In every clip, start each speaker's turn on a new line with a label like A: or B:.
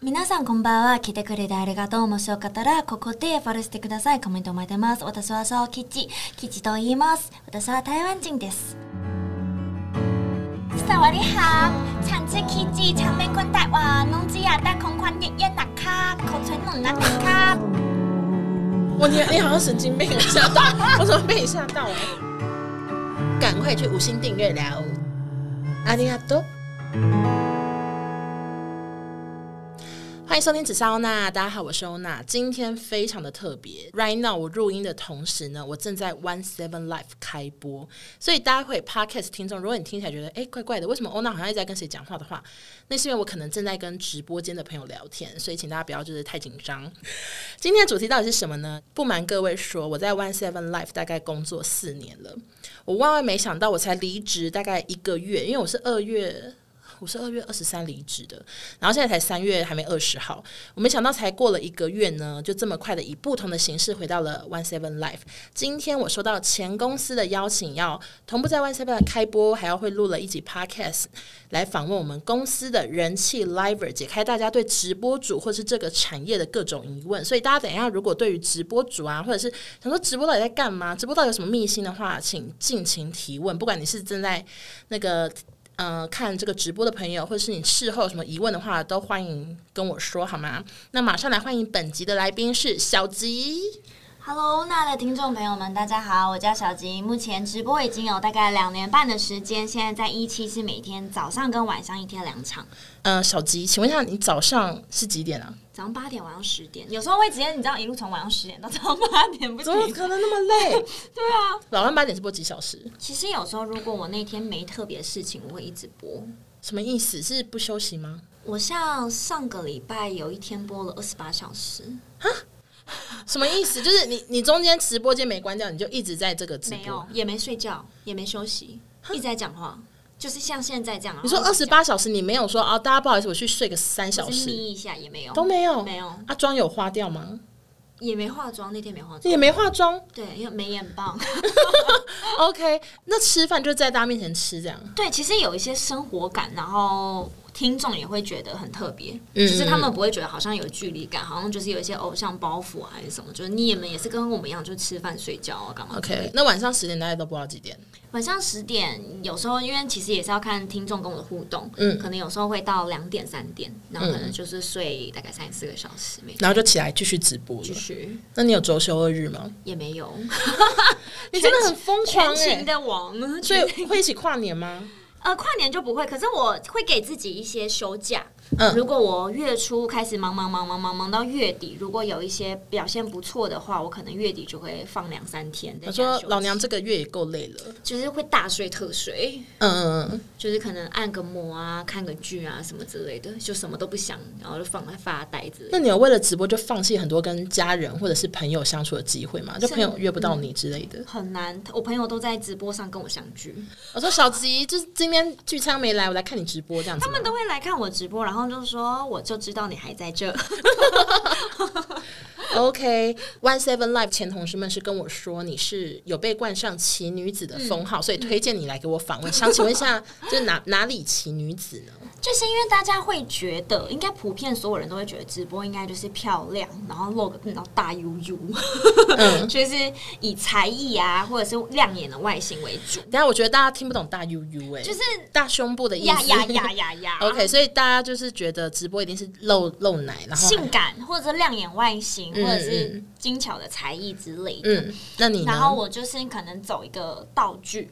A: 皆さんこんばんは。来てくれてありがとう。もしよかったら、ここでフォローしてください。コメント待ってます。私は小吉、吉と言います。私は台湾人です。สวัสดีค่ะฉันชื่อคิจิฉันเป็นคนไต้หวันน้องจีอยากได้ของขวัญเยอะๆนะคะขอช่วยหนุนนะคะ
B: 我你你好像神经病，我吓到，我怎么被你吓到啊了？赶快去五星订阅了，阿里亚多。欢迎收听紫砂欧娜，大家好，我是欧娜。今天非常的特别，right now 我录音的同时呢，我正在 One Seven Live 开播，所以大家会 podcast 听众，如果你听起来觉得哎怪怪的，为什么欧娜好像一直在跟谁讲话的话，那是因为我可能正在跟直播间的朋友聊天，所以请大家不要就是太紧张。今天的主题到底是什么呢？不瞒各位说，我在 One Seven Life 大概工作四年了，我万万没想到，我才离职大概一个月，因为我是二月。我是二月二十三离职的，然后现在才三月，还没二十号。我没想到才过了一个月呢，就这么快的以不同的形式回到了 One Seven Life。今天我收到前公司的邀请，要同步在 One Seven 开播，还要会录了一集 Podcast 来访问我们公司的人气 Liver，解开大家对直播主或是这个产业的各种疑问。所以大家等一下，如果对于直播主啊，或者是想说直播到底在干嘛，直播到底有什么秘辛的话，请尽情提问。不管你是正在那个呃看这个直播的朋友，或者是你事后有什么疑问的话，都欢迎跟我说好吗？那马上来欢迎本集的来宾是小吉。
A: Hello，那的听众朋友们，大家好，我叫小吉，目前直播已经有大概两年半的时间，现在在一期是每天早上跟晚上一天两场，
B: 呃，小吉，请问一下，你早上是几点啊？
A: 早上八点，晚上十点，有时候会直接你知道一路从晚上十点到早上八点不
B: 怎么
A: 停。
B: 可能那么 累？
A: 对啊，
B: 老晚八点是播几小时？
A: 其实有时候如果我那天没特别事情，我会一直播。
B: 什么意思？是不休息吗？
A: 我像上个礼拜有一天播了二十八小时，
B: 什么意思？就是你你中间直播间没关掉，你就一直在这个直
A: 没有
B: 播。，
A: 也没睡觉，也没休息，一直在讲话，就是像现在这样。啊
B: 你说
A: 然后
B: 二十八小时，你没有说啊，大家不好意思，我去睡个三小
A: 我是
B: 时，
A: 眯一下也没有，
B: 都没有。
A: 没有，
B: 啊，妆有花掉吗？
A: 也没化妆，那天没化妆，
B: 也没化妆。
A: 对，因为没眼棒。
B: OK，那吃饭就在大家面前吃这样。
A: 对，其实有一些生活感，然后听众也会觉得很特别，
B: 嗯
A: 就是他们不会觉得好像有距离感，好像就是有一些偶像包袱啊还是什么，就是你们也是跟我们一样，就吃饭睡觉啊干嘛之类的
B: OK，那晚上十点大家都不知道几点。
A: 晚上十点，有时候因为其实也是要看听众跟我的互动，
B: 嗯
A: 可能有时候会到两点三点，然后可能就是睡大概三四个小时，没
B: 然后就起来继续直播
A: 继
B: 了。
A: 续
B: 那你有周休二日吗？
A: 也没有，
B: 你真的很疯狂
A: 全
B: 哎、
A: 勤的王，
B: 所
A: 全
B: 以会一起跨年 吗？
A: 呃跨年就不会，可是我会给自己一些休假。
B: 嗯
A: 如果我月初开始忙忙忙忙忙忙到月底，如果有一些表现不错的话，我可能月底就会放两三天。
B: 我说老娘
A: 这
B: 这个月也够累了。
A: 就是会大睡特睡。
B: 嗯嗯嗯。
A: 就是可能按个摩啊、看个剧啊什么之类的，就什么都不想，然后就放在发呆之类
B: 那
A: 的。
B: 你有为了直播就放弃很多跟家人或者是朋友相处的机会吗？就朋友约不到你之类的。
A: 很难，我朋友都在直播上跟我相聚，
B: 我说小吉，就是今天聚餐没来，我来看你直播这样子
A: 他
B: 吗。
A: 们都会来看我直播，然后就说我就知道你还在这。
B: OK One Seven Live 前同事们是跟我说你是有被冠上奇女子的封号，所以推荐你来给我访问。想请问一下，就是哪哪里奇女子呢？
A: 就是因为大家会觉得，应该普遍所有人都会觉得直播应该就是漂亮，然后露个然后大悠悠，
B: 嗯
A: 就是以才艺啊或者是亮眼的外形为主，
B: 等一下我觉得大家听不懂大 U U 哎、
A: 就是
B: 大胸部的意思。
A: 呀呀呀呀呀
B: 嗯 OK，所以大家就是觉得直播一定是露露奶，然后还
A: 性感或者是亮眼外形，
B: 嗯
A: 或者是
B: 嗯
A: 精巧的才艺之类的。
B: 嗯，那你呢
A: 然后我就是可能走一个道具，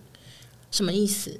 B: 什么意思？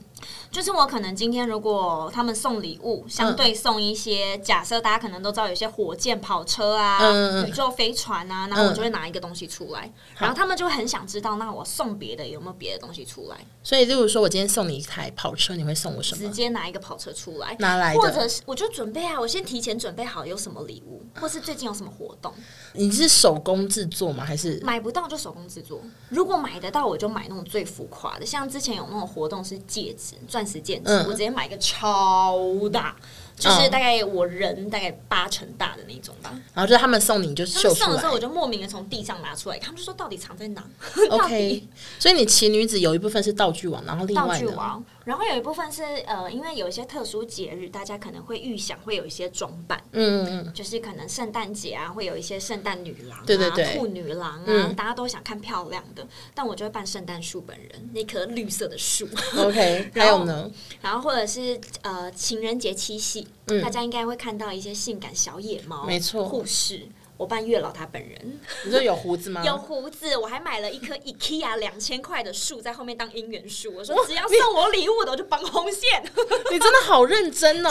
A: 就是我可能今天如果他们送礼
B: 嗯
A: 物，相对送一些，假设大家可能都知道有些火箭跑车啊、
B: 嗯嗯嗯
A: 宇宙飞船啊，然后我
B: 嗯
A: 就会拿一个东西出来，然后他们就会很想知道，那我送别的有没有别的东西出来，
B: 所以，例如说我今天送你一台跑车，你会送我什
A: 直
B: 么？
A: 接拿一个跑车出来。
B: 哪来
A: 或
B: 的？
A: 者是我就准备啊，我先提前准备好有什么礼物，或是最近有什么活动，
B: 你是手工制作吗？还是
A: 买不到就手工制作。如果买得到，我就买那种最浮夸的。像之前有那种活动是戒指，钻石戒指，
B: 嗯
A: 我直接买一个超大，就是大概我人大概八成大的那种吧。
B: 然后就是他们送你就
A: 他
B: 秀
A: 们
B: 出
A: 送的
B: 来
A: 时候，我就莫名的从地上拿出来，他们就说到底藏在哪到底
B: ，OK。所以你骑女子有一部分是道具王，然后另
A: 道
B: 外
A: 具
B: 呢，
A: 王，然后有一部分是呃，因为有一些特殊节日，大家可能会预想会有一些装扮，
B: 嗯嗯嗯，
A: 就是可能圣诞节啊，会有一些圣诞女郎、啊、
B: 对对对
A: 兔女郎啊，
B: 嗯
A: 大家都想看漂亮的，但我就会扮圣诞树本人，那棵绿色的树。
B: OK，还
A: 然后
B: 有呢？
A: 然后或者是呃情人节七夕，
B: 嗯
A: 大家应该会看到一些性感小野猫，
B: 没错
A: 护士。我扮月老他本人，
B: 你说有胡子吗？
A: 有胡子，我还买了一 棵 IKEA 两千块的树在后面当姻缘树。我说只要送我礼物的，我就绑红线，
B: 你真的好认真哦，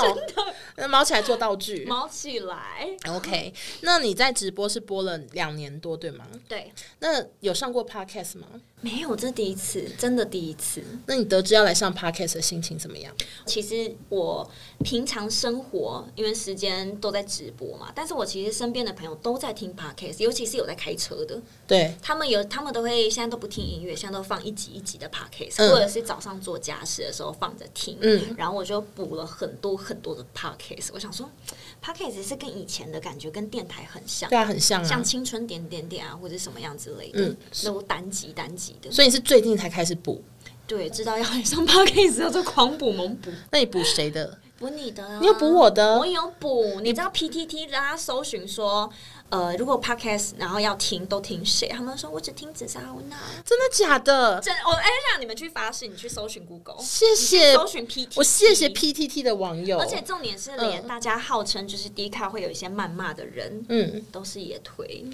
B: 那毛起来做道具。
A: 毛起来。
B: OK，那你在直播是播了两年多对吗？
A: 对，
B: 那有上过 Podcast 吗？
A: 没有，这第一次，真的第一次。
B: 那你得知要来上 Podcast 的心情怎么样？
A: 其实我平常生活因为时间都在直播嘛，但是我其实身边的朋友都在听 podcast，尤其是有在开车的，
B: 对，
A: 他们有他们都会现在都不听音乐，现在都放一集一集的 podcast，、
B: 嗯
A: 或者是早上做家事的时候放着听。
B: 嗯
A: 然后我就补了很多很多的 podcast，我想说 podcast 是跟以前的感觉跟电台很像，
B: 对啊，很像啊。
A: 像青春点点点啊，或者什么样之类的，
B: 嗯
A: 那种单集单集的。
B: 所以你是最近才开始补？
A: 对，知道要来上 podcast 要做狂补猛补。
B: 那你补谁的？
A: 补你的、啊，
B: 你有补我的
A: 我有补。你知道 PTT 让他搜寻说，呃，如果 podcast 然后要听都听谁？他们说我只听紫砂乌娜。
B: 真的假的？
A: 真我哎，让你们去发誓，你去搜寻 Google，
B: 谢谢，
A: 搜寻 PTT，
B: 我谢谢 PTT 的网友。
A: 而且重点是，连
B: 嗯
A: 大家号称就是 D 卡会有一些谩骂的人。
B: 嗯，
A: 都是野推，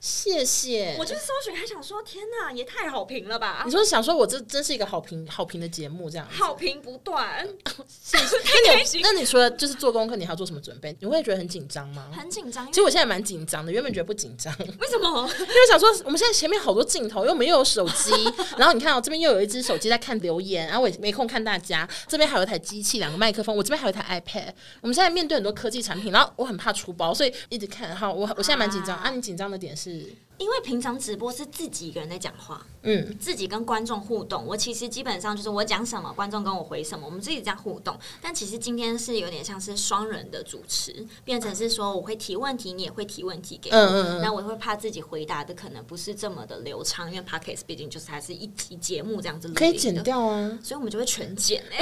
B: 谢谢
A: 我。就是搜寻，还想说，天哪，也太好评了吧
B: 你！说想说我这真是一个好评好评的节目 这样子。
A: 好评不 断，
B: 那
A: 太开
B: 你
A: 心，
B: 那你除了就是做功课，你还要做什么准备？你会觉得很紧张吗？
A: 很紧张。因
B: 其
A: 为
B: 实我现在蛮紧张的，原本觉得不紧张，因
A: 为什么？
B: 为想说我们现在前面好多镜头，因为我们又有手机， 然后你看哦、这边又有一只手机在看留言，啊然后我也没空看大家，这边还有一台机器、两个麦克风，我这边还有一台 iPad。我们现在面对很多科技产品，然后我很怕出包，所以一直看。好，我我现在蛮紧张啊
A: 啊
B: 你紧张的点是，
A: 因为平常直播是自己一个人在讲话，
B: 嗯，
A: 自己跟观众互动，我其实基本上就是我讲什么，观众跟我回什么，我们自己这样互动。但其实今天是有点像是双人的主持，变成是说我会提问题，你也会提问题给我。
B: 嗯嗯嗯
A: 那我会怕自己回答的可能不是这么的流畅，因为 podcast 毕竟就是还是一集节目这样子录
B: 可以
A: 音
B: 剪
A: 的，
B: 掉啊，
A: 所以我们就会全剪哎、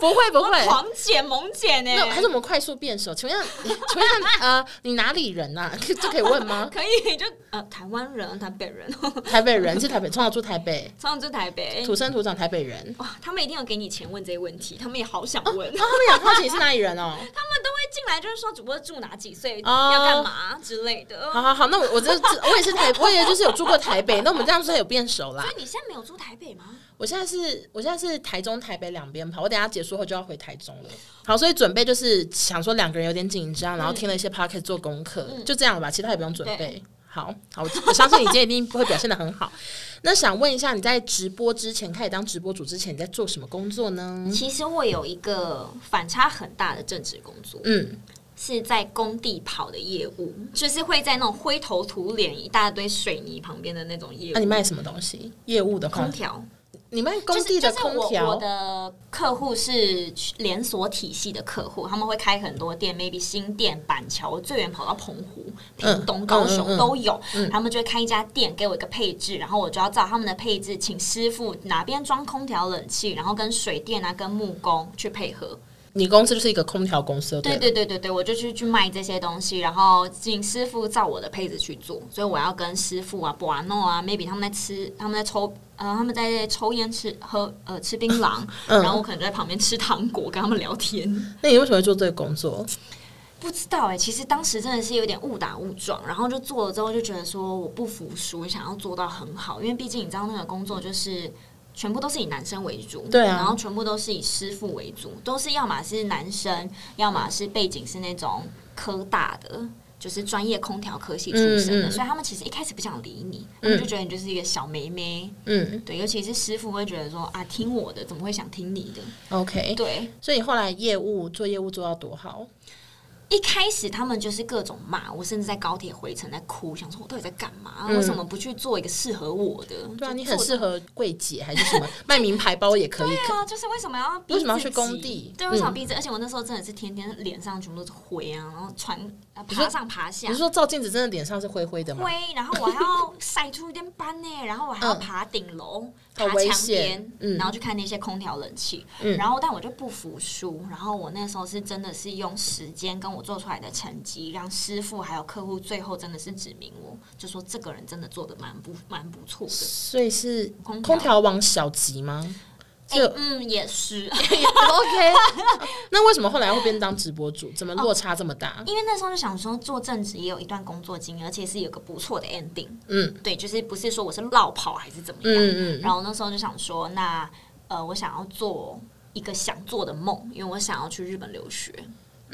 B: 不会不会。
A: 狂剪猛剪哎、
B: 那还是我们快速变熟？请问一下， 请问一下，呃，你哪里人呐、啊？ 这可以问吗？
A: 可以就呃台湾人、台北人，
B: 台北人是台北，从小住台北，
A: 上次台北
B: 土生土长台北 人。
A: 哇，他们一定有给你钱问这些问题，他们也好想问。
B: 他们想好奇你是哪里人哦。
A: 他们都会进来，就是说主播住哪几岁，
B: 哦
A: 要干嘛之类的。
B: 好好好，那我我这这我也是台，我也就是有住过台北，那我们这样算有变熟啦
A: 所。以你现在没有住台北吗？
B: 我现在是，我现在是台中、台北两边跑，我等一下结束后就要回台中了。好，所以准备就是想说两个人有点紧张，然后听了一些 p o c k e t 做功课，就这样了吧，其他也不用准备
A: 嗯对。
B: 好好，我我相信你今天一定会表现的很好。 那想问一下，你在直播之前开始当直播主之前，你在做什么工作呢？
A: 其实我有一个反差很大的正职工作，
B: 嗯，
A: 是在工地跑的业务，就是会在那种灰头土脸一大堆水泥旁边的那种业
B: 那、
A: 务。
B: 啊你卖什么东西？业务的话
A: 空，调，
B: 你卖工地的
A: 就是
B: 空
A: 就是我我
B: 调，
A: 的客户是连锁体系的客户，他们会开很多店，maybe 新店、板桥，我最远跑到澎湖、屏
B: 嗯
A: 东、高
B: 嗯嗯
A: 雄
B: 嗯
A: 都有。他们就会开一家店，给我一个配置，然后我就要照他们的配置，请师傅哪边装空调、冷气，然后跟水电啊、跟木工去配合。
B: 你公司就是一个空调公司，
A: 对
B: 了
A: 对对对对，我就去去卖这些东西，然后请师傅照我的配置去做，所以我要跟师傅啊、博阿诺啊，maybe 他们在吃，他们在抽，呃，他们在抽烟吃喝呃吃槟榔，然后我可能就在旁边吃糖果，跟他们聊天。
B: 那你为什么会做这个工作？
A: 不知道哎、其实当时真的是有点误打误撞，然后就做了之后就觉得说我不服输，想要做到很好，因为毕竟你知道那个工作就是。全部都是以男生为主，
B: 对啊
A: 然后全部都是以师傅为主，都是要么是男生，要么是背景是那种科大的，就是专业空调科系出身的，
B: 嗯嗯
A: 所以他们其实一开始不想理你，他们就觉得你就是一个小妹妹，
B: 嗯
A: 对，尤其是师傅会觉得说啊，听我的，怎么会想听你的？
B: ，OK，
A: 对，
B: 所以你后来业务做业务做到多好？
A: 一开始他们就是各种骂我，甚至在高铁回程在哭，想说我到底在干嘛？啊
B: 嗯
A: 为什么不去做一个适合我的？
B: 对啊，
A: 就
B: 你很
A: 做
B: 适合柜姐还 是什么卖名牌包也可以。
A: 对啊，就是为什么要逼
B: 为什么要
A: 自
B: 去
A: 己
B: 工地
A: 对，
B: 嗯
A: 为什么要逼自己？而且我那时候真的是天天脸上全部都是灰啊，然后穿呃
B: 你说
A: 爬上爬下
B: 你是。说照镜子真的脸上是灰灰的吗？
A: 灰，然后我还要晒出一点斑呢，然后我还要
B: 嗯
A: 爬顶楼、
B: 好
A: 爬
B: 危
A: 墙
B: 险
A: 边，
B: 嗯
A: 然后去看那些空调冷气。
B: 嗯
A: 然后，但我就不服输。然后我那时候是真的是用时间跟我做出来的成绩，让师傅还有客户最后真的是指明我，就说这个人真的做的蛮不蛮不错的。
B: 所以是
A: 空调
B: 空调王小吉吗？
A: 哎
B: 就、
A: 嗯， 也是，
B: OK。那 为什么后来会变当直播主？怎么落差这 么大？
A: 因为那时候就想说做正职也有一段工作经验，而且是有个不错的 ending。
B: 嗯
A: 对，就是不是说我是落跑还是怎么样。
B: 嗯嗯
A: 然后那时候就想说，那呃，我想要做一个想做的梦，因为我想要去日本留学。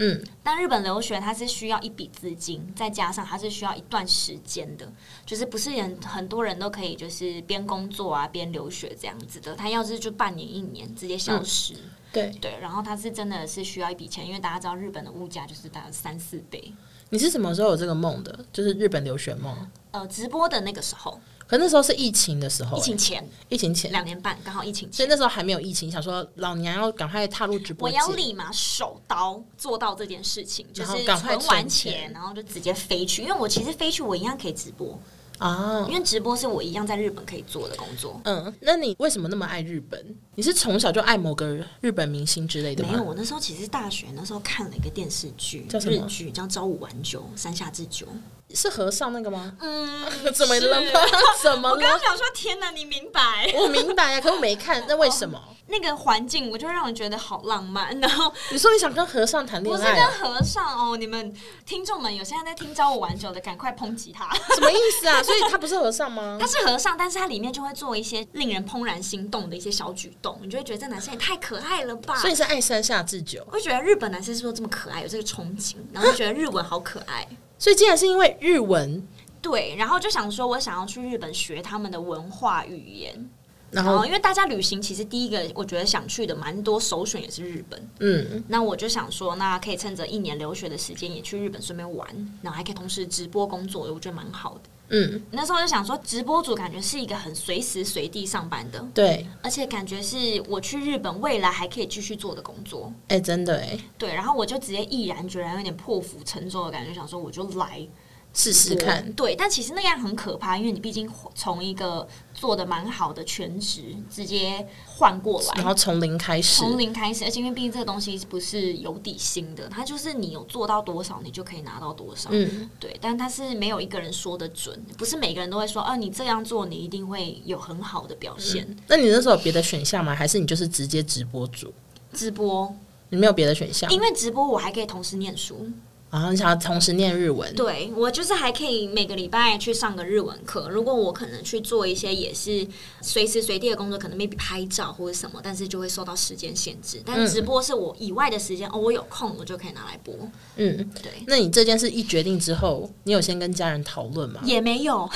B: 嗯，
A: 但日本留学它是需要一笔资金，再加上它是需要一段时间的，就是不是人很多人都可以就是边工作啊边留学这样子的，他要是就半年一年直接消失。
B: 嗯对。
A: 对，然后它是真的是需要一笔钱，因为大家知道日本的物价就是大概三四倍。
B: 你是什么时候有这个梦的？就是日本留学梦。
A: 呃，直播的那个时候，
B: 可那时候是疫情的时候、
A: 疫情前
B: 疫情前，
A: 两年半，刚好疫情前，
B: 所以那时候还没有疫情，想说老娘要赶快踏入直播
A: 我
B: 界。
A: 要立马手刀做到这件事情，就
B: 然后
A: 是
B: 赶快
A: 存完
B: 存钱
A: 钱，然后就直接飞去，因为我其实飞去我一样可以直播，
B: 啊
A: 因。为直播是我一样在日本可以做的工作。
B: 嗯，那你为什么那么爱日本？你是从小就爱某个日本明星之类的
A: 没有，
B: 吗？
A: 我那时候其实大学那时候看了一个电视剧，
B: 叫什
A: 日
B: 么
A: 剧叫《朝五晚九》，山下智久。
B: 是和尚那个吗？
A: 嗯
B: 怎么了吗？ 怎么
A: 我刚
B: 了
A: 刚？想说，天哪，你明白
B: 我明白啊呀、可我没看，那为什么？
A: 那个环境，我就让人觉得好浪漫。然后
B: 你说你想跟和尚谈
A: 不
B: 恋
A: 是
B: 爱、
A: 跟
B: 啊，
A: 和尚哦，你们听众们有现在在听《朝五晚九》的，赶快抨击他。
B: 什么意思啊？所以他不是和尚吗
A: 他？是和尚，但是他里面就会做一些令人怦然心动的一些小举动，你就会觉得这男生也太可爱了吧。
B: 所以是爱山下智久。
A: 我会觉得日本男生是不是都这么可爱，有这个憧憬，然后就觉得日文好可爱。
B: 所以竟然是因为日文，
A: 对，然后就想说，我想要去日本学他们的文化语言。
B: 然
A: 然
B: 后
A: 后，因为大家旅行，其实第一个我觉得想去的蛮多，首选也是日本。
B: 嗯，
A: 那我就想说，那可以趁着一年留学的时间，也去日本顺便玩，然后还可以同时直播工作，我觉得蛮好的。
B: 嗯，
A: 那时候就想说，直播主感觉是一个很随时随地上班的，
B: 对，
A: 而且感觉是我去日本未来还可以继续做的工作。
B: 哎、真的哎、
A: 对，然后我就直接毅然决然，有点破釜沉舟的感觉，想说我就来
B: 试试看。
A: 对，但其实那样很可怕，因为你毕竟从一个做的蛮好的全职直接换过
B: 然
A: 来。
B: 后从零开始，
A: 从零开始，而且因为毕竟这个东西不是有底薪的，它就是你有做到多少，你就可以拿到多少。
B: 嗯，
A: 对，但它是没有一个人说的准，不是每个人都会说，啊，你这样做你一定会有很好的表现。
B: 那你那时候有别的选项吗？还是你就是直接直播主？
A: 直播，
B: 你没有别的选项
A: 因为直播我还可以同时念书，
B: 然后你想要同时念日文，
A: 对我就是还可以每个礼拜去上个日文课。如果我可能去做一些也是随时随地的工作，可能 maybe 拍照或者什么，但是就会受到时间限制。但直播是我以外的时间，哦，我有空我就可以拿来播。
B: 嗯，
A: 对，？
B: 那你这件事一决定之后，你有先跟家人讨论吗
A: 也没有，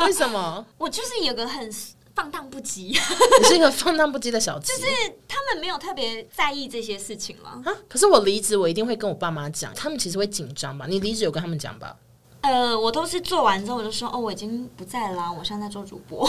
B: 为什么？
A: 我就是有个很放荡不羁，
B: 你是一个放荡不羁的小鸡，
A: 他们没有特别在意这些事情了。
B: 啊！可是我离职，我一定会跟我爸妈讲，他们其实会紧张吧？你离职有跟他们讲 吧？
A: 呃，我都是做完之后我就说，哦，我已经不在啦，我现在在做主播，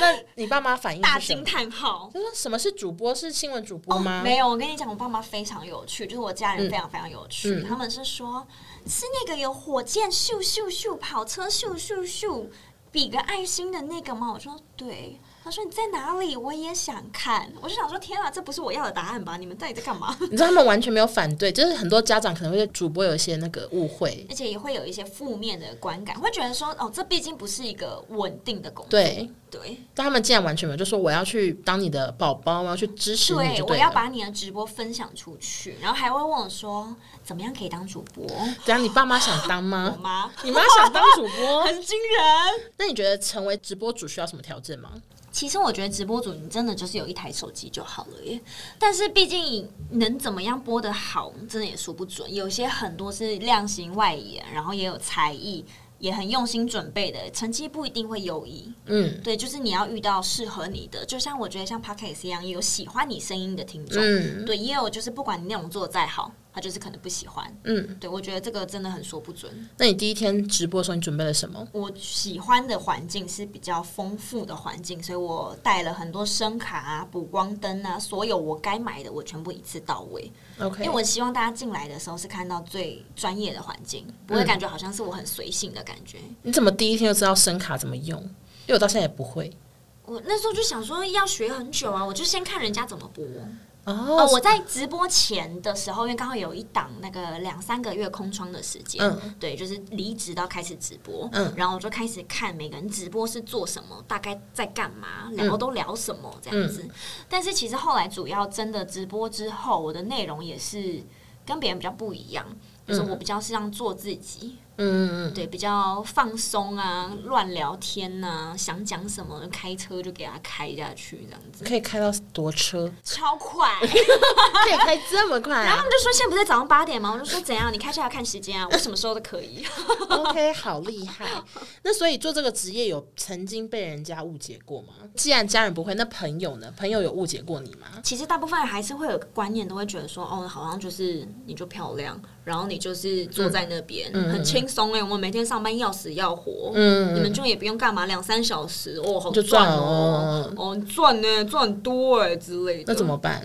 B: 那你爸妈反应
A: 大
B: 是什
A: 惊
B: 么？
A: 叹号。
B: 他说什么是主播？是新闻主播吗？
A: 没有，我跟你讲，我爸妈非常有趣，就是我家人
B: 嗯
A: 非常非常有趣。
B: 嗯
A: 他们是说，是那个有火箭咻咻咻、跑车咻咻咻、比个爱心的那个吗？我说对。他说你在哪里？我也想看。我就想说，天啊，这不是我要的答案吧？你们到底在干嘛？
B: 你知道他们完全没有反对，就是很多家长可能会对主播有一些那个误会，
A: 而且也会有一些负面的观感，会觉得说，哦，这毕竟不是一个稳定的工作。
B: 对，
A: 对
B: 但他们竟然完全没有，就说我要去当你的宝宝，我要去支持你
A: 对，
B: 就
A: 我
B: 对
A: 要
B: 了。
A: 把你的直播分享出去，然后还会问我说，怎么样可以当主播？
B: 等一下你爸妈想当
A: 我
B: 吗？
A: 妈
B: 你妈想当主播？
A: 很惊人。
B: 那你觉得成为直播主需要什么调整吗？
A: 其实我觉得直播主你真的就是有一台手机就好了耶，但是毕竟能怎么样播得好，真的也说不准。有些很多是量刑外延，然后也有才艺，也很用心准备的，成绩不一定会优异。
B: 嗯
A: 对，就是你要遇到适合你的，就像我觉得像 Podcast 一样，也有喜欢你声音的听众，
B: 嗯，
A: 对，也有就是不管你内容做得再好，他就是可能不喜欢。
B: 嗯，
A: 对我觉得这个真的很说不准。
B: 那你第一天直播的时候，你准备了什么？
A: 我喜欢的环境是比较丰富的环境，所以我带了很多声卡啊、补光灯啊，所有我该买的我全部一次到位。
B: OK，
A: 因为我希望大家进来的时候是看到最专业的环境，不
B: 嗯
A: 会感觉好像是我很随性的感觉。
B: 你怎么第一天就知道声卡怎么用？因为我到现在也不会。
A: 我那时候就想说要学很久啊，我就先看人家怎么播。
B: 哦
A: 哦，我在直播前的时候，因为刚好有一档那个两三个月空窗的时间，
B: 嗯
A: 对，就是离职到开始直播，
B: 嗯
A: 然后我就开始看每个人直播是做什么，大概在干嘛，
B: 嗯
A: 聊都聊什么这样子。但是其实后来主要真的直播之后，我的内容也是跟别人比较不一样，就是我比较是让做自己，
B: 嗯嗯
A: 对，比较放松啊，乱聊天呐、想讲什么开车就给他开下去这样子
B: 嗯，，可以开到多车？
A: 超快。
B: 嗯可以开这么快
A: 然后
B: 啊
A: 他们就说现在不是早上八点吗？我就说怎样？你开车要看时间啊，我什么时候都可以。
B: ？OK，好厉害。 那所以做这个职业有曾经被人家误解过吗？既然家人不会，那朋友呢？朋友有误解过你吗？
A: 其实大部分人还是会有个观念，都会觉得说，哦，好像就是你就漂亮，然后你就是坐在那边、很轻松哎，我们每天上班要死要活，
B: 嗯
A: 你们就也不用干嘛，两三小时哦，好
B: 就赚
A: 赚哦
B: 哦，
A: 哦赚呢，赚很多哎之类的。
B: 那怎么办？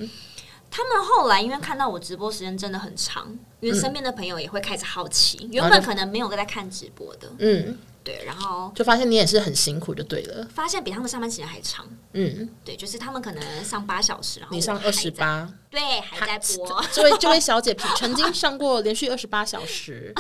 A: 他们后来因为看到我直播时间真的很长，因为身边的朋友也会开始好奇，原
B: 然
A: 本
B: 后就
A: 可能没有在看直播的，
B: 嗯，
A: 对，然后
B: 就发现你也是很辛苦就对了。
A: 发现比他们上班时间还长。
B: 嗯，
A: 对，就是他们可能上八小时，然后
B: 你
A: 我
B: 上
A: 还
B: 二十
A: 在，
B: 八，
A: 对，还在播。
B: 这位这位小姐曾经上过连续二十八 小时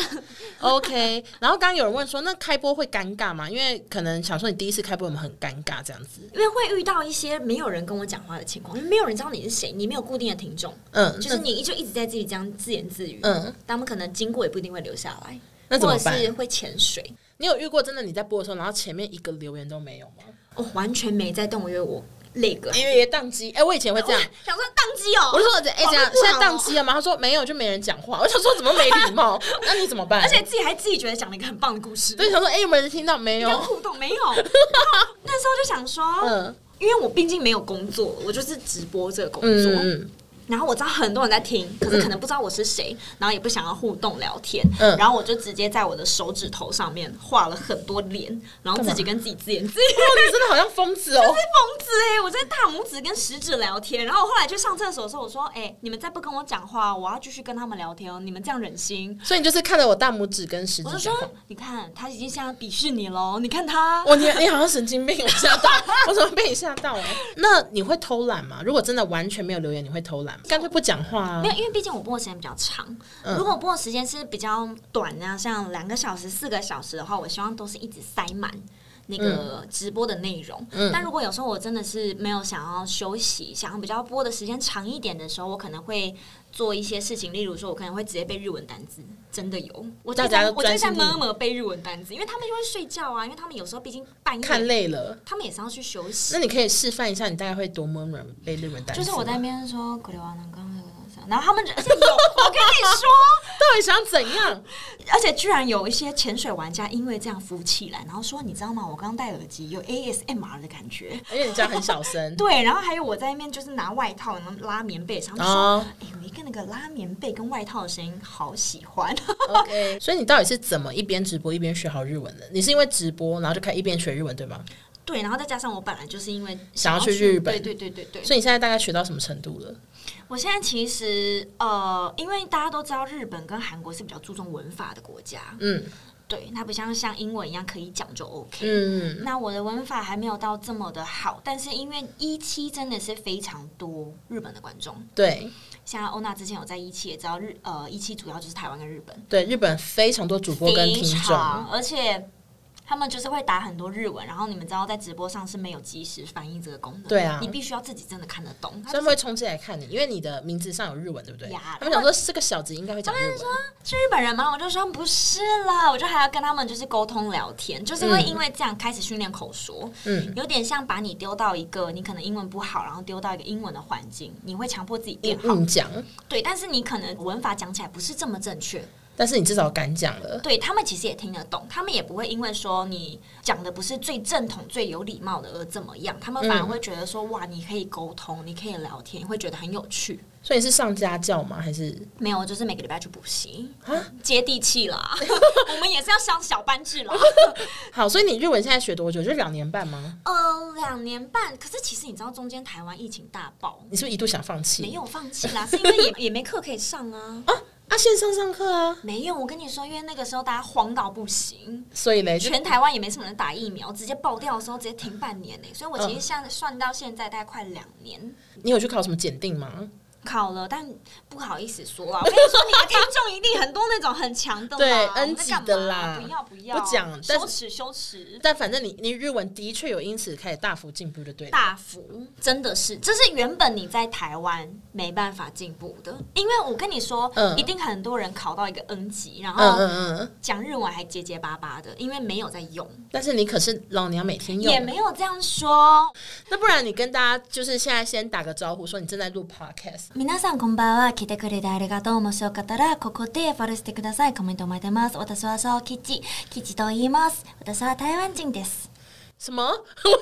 B: ，OK。然后刚刚有人问说，那开播会尴尬吗？因为可能想说你第一次开播，我们很尴尬这样子。
A: 因为会遇到一些没有人跟我讲话的情况，因为没有人知道你是谁，你没有固定的听众，
B: 嗯，
A: 就是你就一直在自己这样自言自语。
B: 那嗯，
A: 他们可能经过也不一定会留下来，
B: 那怎
A: 或
B: 么
A: 者
B: 办？
A: 是会潜水。
B: 你有遇过真的你在播的时候，然后前面一个留言都没有吗？
A: 我、哦完全没在动，因为我那个
B: 因为也宕机。哎、我以前会这样，
A: 想说宕机哦，
B: 我就说哎、
A: 网络
B: 这样
A: 不
B: 现在
A: 好
B: 宕
A: 哦，
B: 机了吗？他说没有，就没人讲话。我想说怎么没礼貌？那你怎么办？
A: 而且自己还自己觉得讲了一个很棒的故事，
B: 对，想说哎、有没有人听到？没
A: 跟
B: 有。
A: 互 动没有。然后那时候就想说，
B: 嗯
A: 因为我毕竟没有工作，我就是直播这个工作，
B: 嗯 嗯
A: 然后我知道很多人在听，可是可能不知道我是谁，然后也不想要互动聊天，
B: 嗯
A: 然后我就直接在我的手指头上面画了很多脸，然后自己跟自己自言自语，
B: 哦，你真的好像疯子哦。
A: 疯子哎、我在大拇指跟食指聊天，然后我后来去上厕所的时候，我说哎、你们再不跟我讲话，我要继续跟他们聊天哦，你们这样忍心？
B: 所以你就是看着我大拇指跟食
A: 我
B: 指
A: 就
B: 讲话
A: 说。，你看他已经现在鄙视你喽，你看他，
B: 我你你好像神经病，我吓到，我怎么被你吓到啊了？ 那你会偷懒吗？如果真的完全没有留言，你会偷懒吗？干脆不讲话啊
A: 没？有，因为毕竟我播的时间比较长。
B: 嗯
A: 如果我播的时间是比较短啊，像两个小时、四个小时的话，我希望都是一直塞满那个
B: 嗯
A: 直播的内容。但如果有时候我真的是没有想要休息，想要比较播的时间长一点的时候，我可能会做一些事情，例如说，我可能会直接背日文单字，真的有。我就
B: 大家
A: 在
B: 都
A: 我就
B: 专心
A: 在
B: 听
A: 默默背日文单字，因为他们就会睡觉啊，因为他们有时候毕竟半
B: 看
A: 夜，
B: 累了，
A: 他们也是要去休息
B: 那。你可以示范一下，你大概会多么软背日文单词
A: 就
B: 吗？
A: 是我在那边说，格里瓦能刚啊然后他们就而且有，我跟你说。
B: 到底想怎样？
A: 而且居然有一些潜水玩家因为这样浮起来，然后说你知道吗？我刚戴耳机有 ASMR 的感觉。。
B: 而且你这样很小 声
A: 对，然后还有我在那边就是拿外套，然后拉棉被，然后就说
B: 哦：“
A: 哎、我一个那个拉棉被跟外套的声音好喜欢。
B: OK，所以你到底是怎么一边直播一边学好日文的？你是因为直播，然后就开始一边学日文，对吗？”
A: 对，然后再加上我本来就是因为
B: 想要
A: 要
B: 去日本
A: 对对对对对。
B: 所以你现在大概学到什么程度了？
A: 我现在其实呃，因为大家都知道日本跟韩国是比较注重文法的国家，
B: 嗯
A: 对，它不像像英文一样可以讲就 OK。
B: 嗯，
A: 那我的文法还没有到这么的好，但是因为一期真的是非常多日本的观众，
B: 对
A: 像欧娜之前有在一期也知道日呃一期主要就是台湾跟日本，
B: 对，日本非常多主播跟
A: 非
B: 听众，
A: 常而且他们就是会打很多日文，然后你们知道在直播上是没有即时翻译这个功能，
B: 对啊
A: 你必须要自己真的看得懂。他
B: 所以他
A: 就
B: 们会冲进来看你，因为你的名字上有日文，对不对？
A: 呀
B: 他们想说这个小子应该会讲日文，
A: 是日本人吗？我就说不是啦，我就还要跟他们就是沟通聊天，就是会因为这样开始训练口说，
B: 嗯，
A: 有点像把你丢到一个你可能英文不好，然后丢到一个英文的
B: 嗯
A: 环境，你会强迫自己变好。
B: 硬讲，
A: 对，但是你可能文法讲起来不是这么正确，
B: 但是你至少敢讲了。
A: 对他们其实也听得懂，他们也不会因为说你讲的不是最正统、最有礼貌的而怎么样，他们反而
B: 嗯
A: 会觉得说、哇，你可以沟通，你可以聊天，会觉得很有趣。
B: 所以你是上家教吗？还是
A: 没有，就是每个礼拜去补习
B: 啊，
A: 接地气啦。我们也是要上小班制啦。
B: 好？所以你日文现在学多久？就两年半吗？
A: 呃，两年半，可是其实你知道，中间台湾疫情大爆，
B: 你是不是一度想放
A: 没
B: 弃？
A: 有放弃啦，是因为也 也没课可以上啊。
B: 啊，线上上课啊，
A: 没有，我跟你说，因为那个时候大家慌到不行，
B: 所以嘞，就
A: 全台湾也没什么人打疫苗，直接爆掉的时候直接停半年呢、所以我
B: 嗯
A: 其实像算到现在大概快两年
B: 你有去考什么检定吗？
A: 考了，但不好意思说啊，我跟你 说，你的听众一定很多那种很强的啦，
B: 对
A: 我们
B: N
A: 在
B: 级
A: 干嘛
B: 的啦
A: 不要不要，
B: 不讲但
A: 羞
B: 是
A: 耻羞耻。
B: 但反正你你日文的确有因此开始大幅进步，就对了。
A: 大幅，真的是，这是原本你在台湾没办法进步的，因为我跟你说，
B: 嗯
A: 一定很多人考到一个 N 级，然
B: 嗯
A: 后
B: 嗯嗯，
A: 讲日文还结结巴巴的，因为没有在用，
B: 但是你可是老娘每天
A: 也
B: 用，
A: 没有这样说。
B: 那不然你跟大家就是现在先打个招呼，说你正在录 podcast。
C: 皆さんこんばんは。来てくれてありがとう。もしよかったら、ここでフォローしてください。コメント待ってます。私は小吉。吉と言います。私は台湾人です。
B: 什么？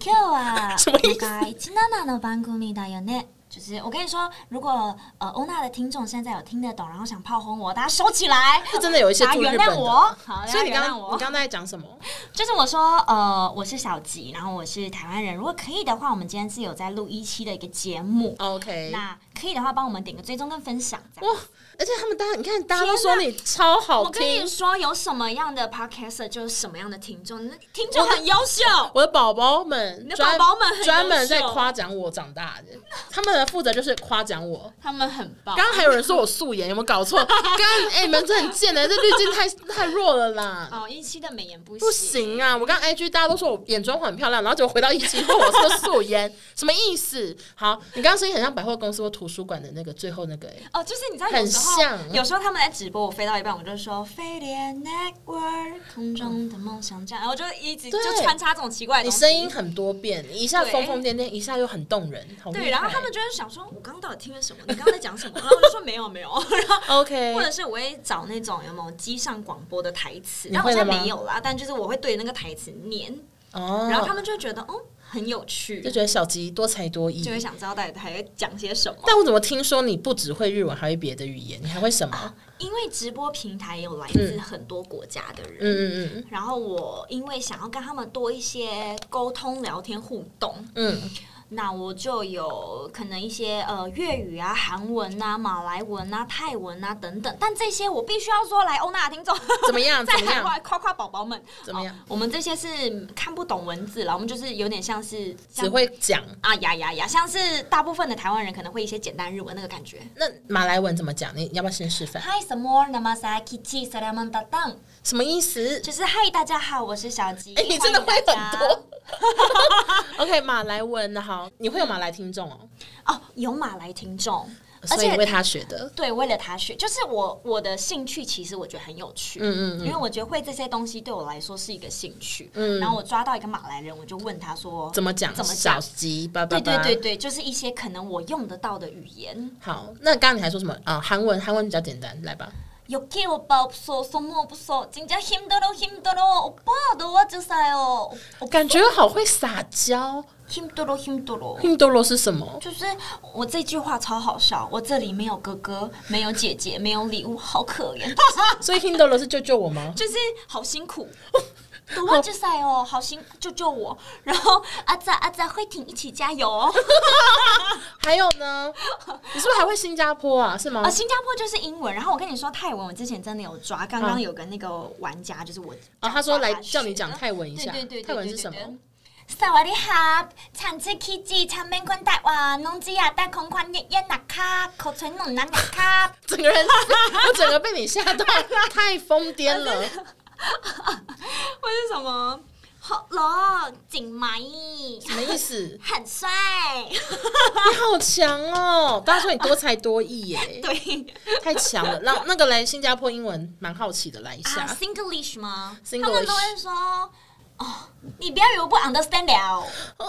C: 今日は、
B: 什么意思
C: なんか17の番組だよね。
A: 就是我跟你说，如果呃欧娜的听众现在有听得懂，然后想炮轰我，大家收起来，
B: 是 真的有一些
A: 大家
B: 住日
A: 啊原
B: 本
A: 谅
B: 的。
A: 我。好，
B: 所以你
A: 大家
B: 刚
A: 哦原谅
B: 刚你
A: 我
B: 刚，刚在讲什 么？
A: 就是我说呃我是小吉，然后我是台湾人，如果可以的话，我们今天是有在录一期的一个节目。
B: 哦 OK，
A: 那可以的话，帮我们点个追踪跟分享。这样
B: 哇！而且他们大家，你看大家都说你超好
A: 我跟
B: 听
A: 你，说，有什么样的 podcaster 就是什么样的听众，那听众很优秀。
B: 我的宝宝们
A: 你的
B: 专
A: 宝宝们很优秀
B: 专门在夸奖我长大的，他们的负责就是夸奖我。
A: 他们很棒，
B: 刚刚还有人说我素颜，有没有搞 错？刚刚哎，你们这很贱的，这滤镜太太弱了啦。
A: 哦，一期的美颜不行，
B: 不行啊！我刚 IG 大家都说我眼妆很漂亮，然后结果回到一期后我是个素颜，什么意思？好，你刚刚声音很像百货公司或图书馆的那个最后那个、欸，
A: 哦，就是你知道有
B: 很
A: 时候
B: 像
A: 有时候他们在直播，我飞到一半，我就说飞碟 network 空中的梦想站，然后我就一直就
B: 对
A: 穿插这种奇怪的
B: 你
A: 东西
B: 声音。很多变，你一下
A: 对
B: 疯疯癫癫，一下又很动人，好厉
A: 对，
B: 害
A: 然后他们就会想说，我刚刚到底听了什么？你刚刚在讲什 么？然后我就说没有没有， 然后
B: OK，
A: 或者是我会找那种有没有机上广播的台词，
B: 你
A: 但我
B: 会
A: 现在
B: 了吗
A: 没有啦，但就是我会对那个台词念，
B: 哦，
A: 然后他们就会觉得哦很有趣
B: 就，觉得小吉多才多艺
A: 就。会想知道到底他在讲些什么。
B: 但我怎么听说你不只会日文，还会别的语言？你还会什么？
A: 因为直播平台有来自很多国家的人，
B: 嗯嗯
A: 然后我因为想要跟他们多一些沟通、聊天、互动，
B: 嗯嗯，
A: 那我就有可能一些呃粤语啊、韩文啊、马来文啊、泰文啊等等。但这些我必须要说，来欧娜的听众
B: 怎么 样？
A: 再
B: 怎么
A: 来
B: 样？
A: 夸夸宝宝们，
B: 怎么样
A: 哦我们这些是看不懂文字了，我们就是有点像是像
B: 只会讲。
A: 啊呀呀呀，像是大部分的台湾人可能会一些简单日文那个感 觉。
B: 那马来文怎么讲？你要不要先示范？
A: 嗨，什么 namaste kichi salaman d a d a n
B: 什么意思？
A: 就是嗨，大家好，我是小吉。
B: 哎、 你真的会
A: 欢迎大家
B: 很多。OK，马来文的好，你会有马来听众哦，
A: 哦，有马来听众，而
B: 所以
A: 且
B: 你为他学的。
A: 对，为了他学，就是我我的兴趣，其实我觉得很有趣，
B: 嗯嗯
A: 因
B: 嗯，
A: 为我觉得会这些东西对我来说是一个兴趣，
B: 嗯
A: 然后我抓到一个马来人，我就问他说
B: 怎么讲？
A: 怎么
B: 小
A: 讲，
B: 吉叭叭
A: 对
B: 叭。
A: 对对对，就是一些可能我用得到的语言。
B: 好，那刚刚你还说什么啊、韩文，韩文比较简单，来吧。
A: 有给我包不说，说莫不说，真的 him 得咯 him 得咯，我爸的我就塞哦
B: 我感觉好会撒娇。
A: him 得咯 him 得咯。
B: 印度罗是什么？
A: 就是我这句话超好笑，我这里没有哥哥，没有姐姐，没有礼物，好可怜，
B: 所以印度罗是救救我吗？
A: 就是好辛苦。
B: 哦
A: 多万之赛哦，好辛苦，救救我！然后阿仔阿仔慧婷一起加油哦！
B: 还有呢？你是不是还会新加坡啊？是吗？
A: 啊，新加坡就是英文。然后我跟你说泰文，我之前真的有抓。刚
B: 好
A: 刚有个那个玩家，就是我
B: 哦，他说来
A: 抓
B: 叫你
A: 学
B: 讲
A: 的
B: 泰文一
A: 对
B: 下，
A: 对对对
B: 泰文是什？
A: 对对
B: 么
A: 对？萨瓦迪哈，产自 k i 长面宽带哇，农机啊带空宽耶耶那卡，口唇弄南那卡。
B: 整个人， 我整个被你吓到，太疯癫了。
A: 或是什么？好咯，景埋
B: 什么意思？
A: 很帅，
B: 你好强哦！大家说你多才多艺耶，
A: 对
B: 太强了。让那个来新加坡英文蛮好奇的，来一
A: 啊
B: 下。
A: ，Singlish 吗
B: Singlish
A: 他们都会说哦，你不要以为我不 understand 了，
B: 哦，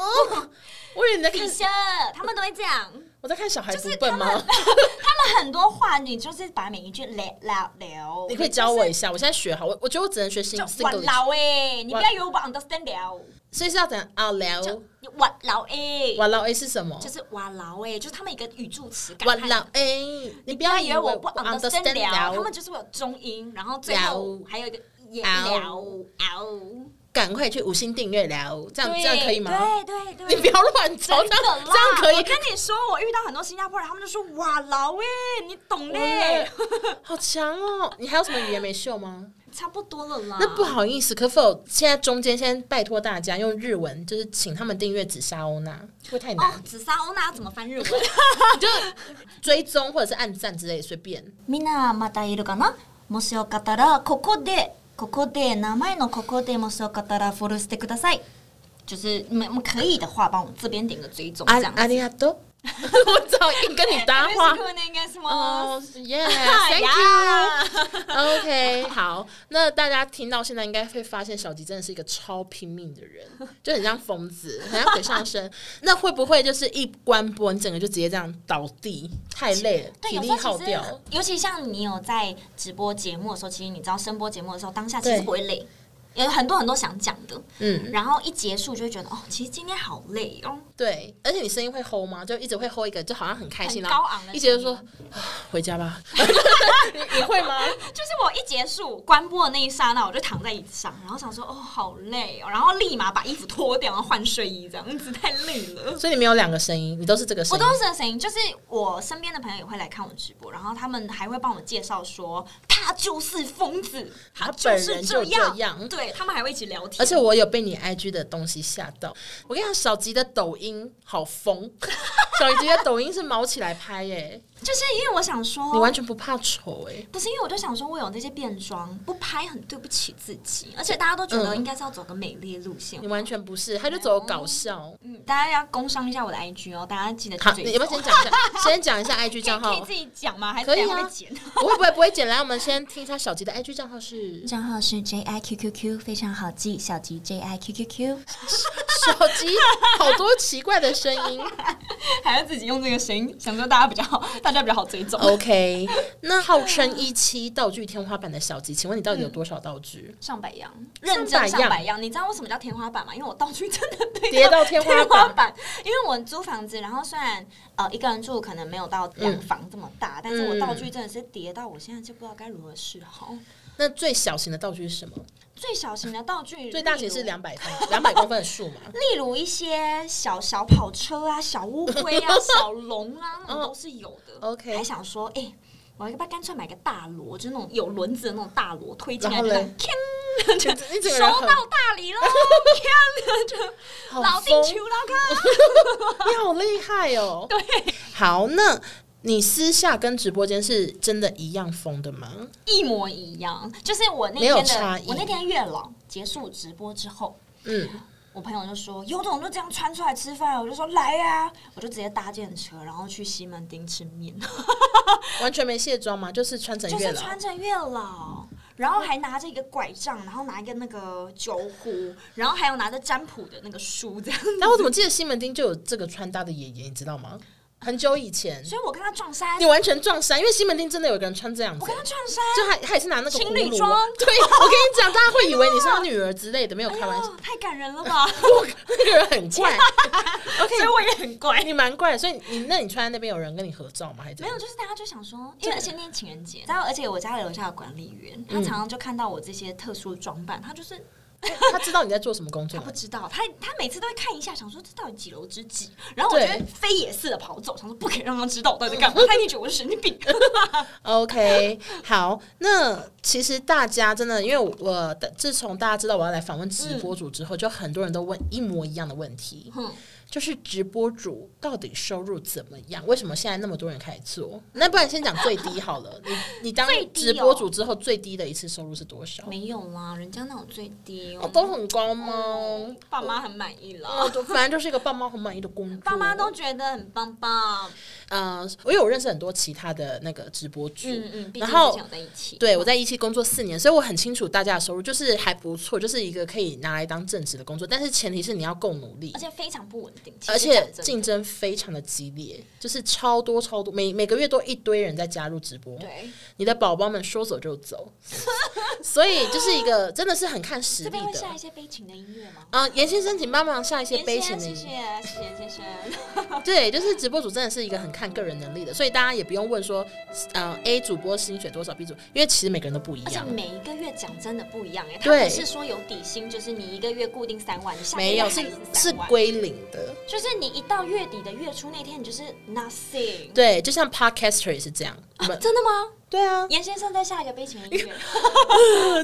B: 我以为你在看
A: 底，下他们都会这样。
B: 我在看小孩不
A: 就是
B: 笨
A: 他
B: 吗
A: 们？ 他们很多话，你就是把每一句聊聊聊，
B: 你可以教我一下，我现在学好，我我觉得我只能学新
A: 就
B: 四
A: 我
B: 个，
A: 老哎，你不
B: 我
A: 要以为我不 understand 了，
B: 所以是要怎样啊？聊
A: 就你我老哎，
B: 完了 A 是什么
A: 就？是哇老哎，就是他们一个语助词，
B: 完
A: 感叹
B: 了 A，你
A: 不
B: 不
A: 要
B: 要
A: 以
B: 以
A: 为
B: 为
A: 我不
B: 不
A: understand 了，他们
B: understand 了，
A: 就是会有中音，然后最后
B: 了
A: 还有一个也
B: 嗷
A: 了嗷，
B: 赶快去五星订阅了，这样
A: 对
B: 这样可以吗？
A: 对对
B: 你
A: 对，
B: 不要乱吵，
A: 真
B: 这
A: 的啦
B: 样这样可
A: 我
B: 以
A: 跟你说，我遇到很多新加坡人，他们就说哇老哎，你懂嘞
B: 哇，好强哦！你还有什么语言没秀吗？
A: 差不多了啦。
B: 那不好意思，可否现在中间先拜托大家用日文，就是请他们订阅紫砂欧娜，会不会太难？
A: 哦，紫砂欧娜怎么翻日文？
B: 你就追踪或者是按赞之类，随便。
C: みんなまたいるかなもしよかったらここでここで名前のここでもしよかったらフォローしてください
A: 就是你们可以的话，帮我们这边点个追踪，
B: 阿
A: 这样子。
B: 啊阿利亚多， 我早硬跟你 搭话。
A: 那个什么，
B: 哦、yeah,，Thank you。OK，好， 那大家听到现在应该会发现小吉真的是一个超拼命的 人，就很像疯子，很像鬼上身。那会不会就是一关播，你整个就直接这样倒地，太累 了，
A: 对，
B: 体
A: 有
B: 力
A: 时
B: 耗
A: 候其实
B: 掉了？，
A: 尤其像你有在直播节目的时候，其实你知道声波节目的时候，当下其实
B: 对
A: 不会累，有很多很多想讲的，
B: 嗯，
A: 然后一结束就会觉得哦，其实今天好累哦，
B: 对，而且你声音会吼吗？就一直会吼一个，就好像很开心，
A: 很
B: 然后
A: 高昂的声音
B: 一直就说啊回家吧，你你会吗？
A: 就是我一结束关播的那一刹那，我就躺在椅子上，然后想说哦，好累哦，然后立马把衣服脱掉，然后换睡衣，这样子 太累了。
B: 所以你没有两个声音，你都是这个
A: 我
B: 声音
A: 都。是这个声音，就是我身边的朋友也会来看我直播，然后他们还会帮我介绍说他就是疯子，
B: 他
A: 就
B: 本
A: 是
B: 人就
A: 样，
B: 这样
A: 对他们还会一起聊天，
B: 而且我有被你 IG 的东西吓到。我跟你讲，小吉的抖音好疯， 小吉的抖音是毛起来拍耶、
A: 就是因为我想说，
B: 你完全不怕丑哎、
A: 不是因为我就想说我有那些变装，不拍很对不起自己，而且大家都觉得
B: 嗯
A: 应该是要走个美丽路线
B: 你。完全不是，他就走搞笑。
A: 嗯，大家要工商一下我的 IG 哦，大家记得去
B: 好，
A: 追
B: 你要不
A: 踪
B: 要先 讲一下？先讲一下 IG 账
A: 可以可以
B: 号
A: 自，己讲吗？还是
B: 可以
A: 等
B: 啊
A: 一下会剪？
B: 不会不会不会剪。来，我们先听一下小吉的 IG 账号是
C: 账号是 JIQQQ 非常好记小吉 JIQQQ
B: 小吉，好多奇怪的声音。
A: 还要自己用这个声音，想说大家比较好， 大家比较好追
B: 哦
A: 踪。
B: OK，那号称一期道具天花板的小吉，请问你到底有多少道 具？
A: 上百样，
B: 上
A: 认真
B: 百
A: 上
B: 样
A: 百样。你知道为什么叫天花板吗？因为我道具真的堆
B: 跌 到天花板
A: 板因为我租房子，然后虽然呃一个人住可能没有到两房这么大，但是
B: 嗯
A: 我道具真的是叠到我现在就不知道该如何是好。
B: 那最小型的道具是什么？
A: 最小型的道具，
B: 最大型是
A: 例如
B: 两百公两百公分的树嘛？
A: 例如一些小小跑车啊、小乌龟 啊、小龙啊，那种都是有的。
B: 哦 OK
A: 还想说，哎、我要不要干脆买个大螺，就是那种有轮子的那种大螺，推进来
B: 然
A: 就
B: 后
A: 这
B: 嘞
A: 样，锵就
B: 你整个
A: 收
B: 人
A: 到
B: 很
A: 大礼喽，锵就
B: 好
A: 老地
B: 疯
A: 球老哥。
B: 你好厉害哦！对，好，那你私下跟直播间是真的一样疯的吗？
A: 一模一样，就是我那
B: 没有
A: 天
B: 差
A: 的
B: 异
A: 我那天月老结束直播之后，
B: 嗯，
A: 我朋友就说有种就这样穿出来吃饭，我就说来呀、我就直接搭电车，然后去西门町吃面，
B: 完全没卸妆吗？就是穿成
A: 就
B: 月
A: 是
B: 老，
A: 穿着月老，然后还拿着一个拐杖，然后拿一个那个酒壶，然后还有拿着占卜的那个书这样。
B: 但我怎么记得西门町就有这个穿搭的爷爷，你知道吗？很久以前，
A: 所以我跟他撞衫
B: 你，完全撞衫，因为西门町真的有个人穿这样子
A: 我跟，他撞衫，
B: 就还还是拿那个
A: 情
B: 葫
A: 侣
B: 芦
A: 装
B: 啊。对，我跟你讲，大家会以为你是他女儿之类的，没有
A: 哎
B: 开玩笑
A: 呦，，太感人了吧！
B: 我那个人很
A: 所
B: 怪。
A: 以
B: OK，
A: 我也很 乖。
B: 你蛮怪的，所以你那你穿在那边有人跟你合照吗？还是怎
A: 没
B: 样
A: 有，就是大家就想说，因为而且那天情人节，然后而且我家楼下的管理员，
B: 嗯
A: 他常常就看到我这些特殊的装扮，他就是
B: 他知道你在做什么工 作
A: 他
B: 吗
A: 不？知道，他他每次都会看一下，想说这到底几楼之几，然后我就会
B: 对
A: 飞也似的跑走，想说不可以让他知道我到底在 干嘛，他一定觉得我是神经病。
B: OK，好，那其实大家真的，因为我我的自从大家知道我要来访问直播主之后，就很多人都问一模一样的问题，
A: 哼
B: 就是直播主到底收入怎么样？为什么现在那么多人开始做？那不然先讲最低好了，你你当
A: 最低哦
B: 直播主之后最低的一次收入是多少？
A: 没有啦，人家那种最低
B: 哦，
A: 哦，
B: 都很高吗？
A: 爸妈很满意啦，
B: 哦，都反正就是一个爸妈很满意的工作。
A: 爸妈都觉得很棒棒。
B: 嗯、我有认识很多其他的那个直播主，
A: 嗯嗯，毕竟
B: 然
A: 之
B: 后
A: 前有在一起，
B: 对，我在一期工作四年，所以我很清楚大家的收入，就是还不错，就是一个可以拿来当正职的工作，但是前提是你要够努力
A: 而。且非常不稳定，
B: 而
A: 其实讲
B: 且
A: 真的
B: 竞争非常的激烈，就是超多超多，每每个月都一堆人在加入直播，
A: 对
B: 你的宝宝们说走就 走，所以就是一个真的是很看实
A: 这
B: 力
A: 边会
B: 的
A: 下一。些悲情的音乐吗？
B: 啊、严先生，请帮忙下一些
A: 严
B: 悲
A: 先
B: 情
A: 生
B: 的
A: 谢
B: 音
A: 谢
B: 乐。
A: 谢谢先生。
B: 对，就是直播主真的是一个很看个人能力的，所以大家也不用问说，呃，A 主播薪水多少，B 主，因为其实每个人都不一
A: 而且
B: 样。
A: 每一个月讲真的不一样哎，他
B: 对
A: 不是说有底薪，就是你一个月固定三万，你下个
B: 没
A: 月
B: 有
A: 还
B: 是是
A: 三万，
B: 归零的，
A: 就是你一到月底的月初那天，你就是 nothing。
B: 对，就像 podcaster 也是这样。我们
A: 真的吗？
B: 对啊，
A: 严先生在下一个悲情的音乐，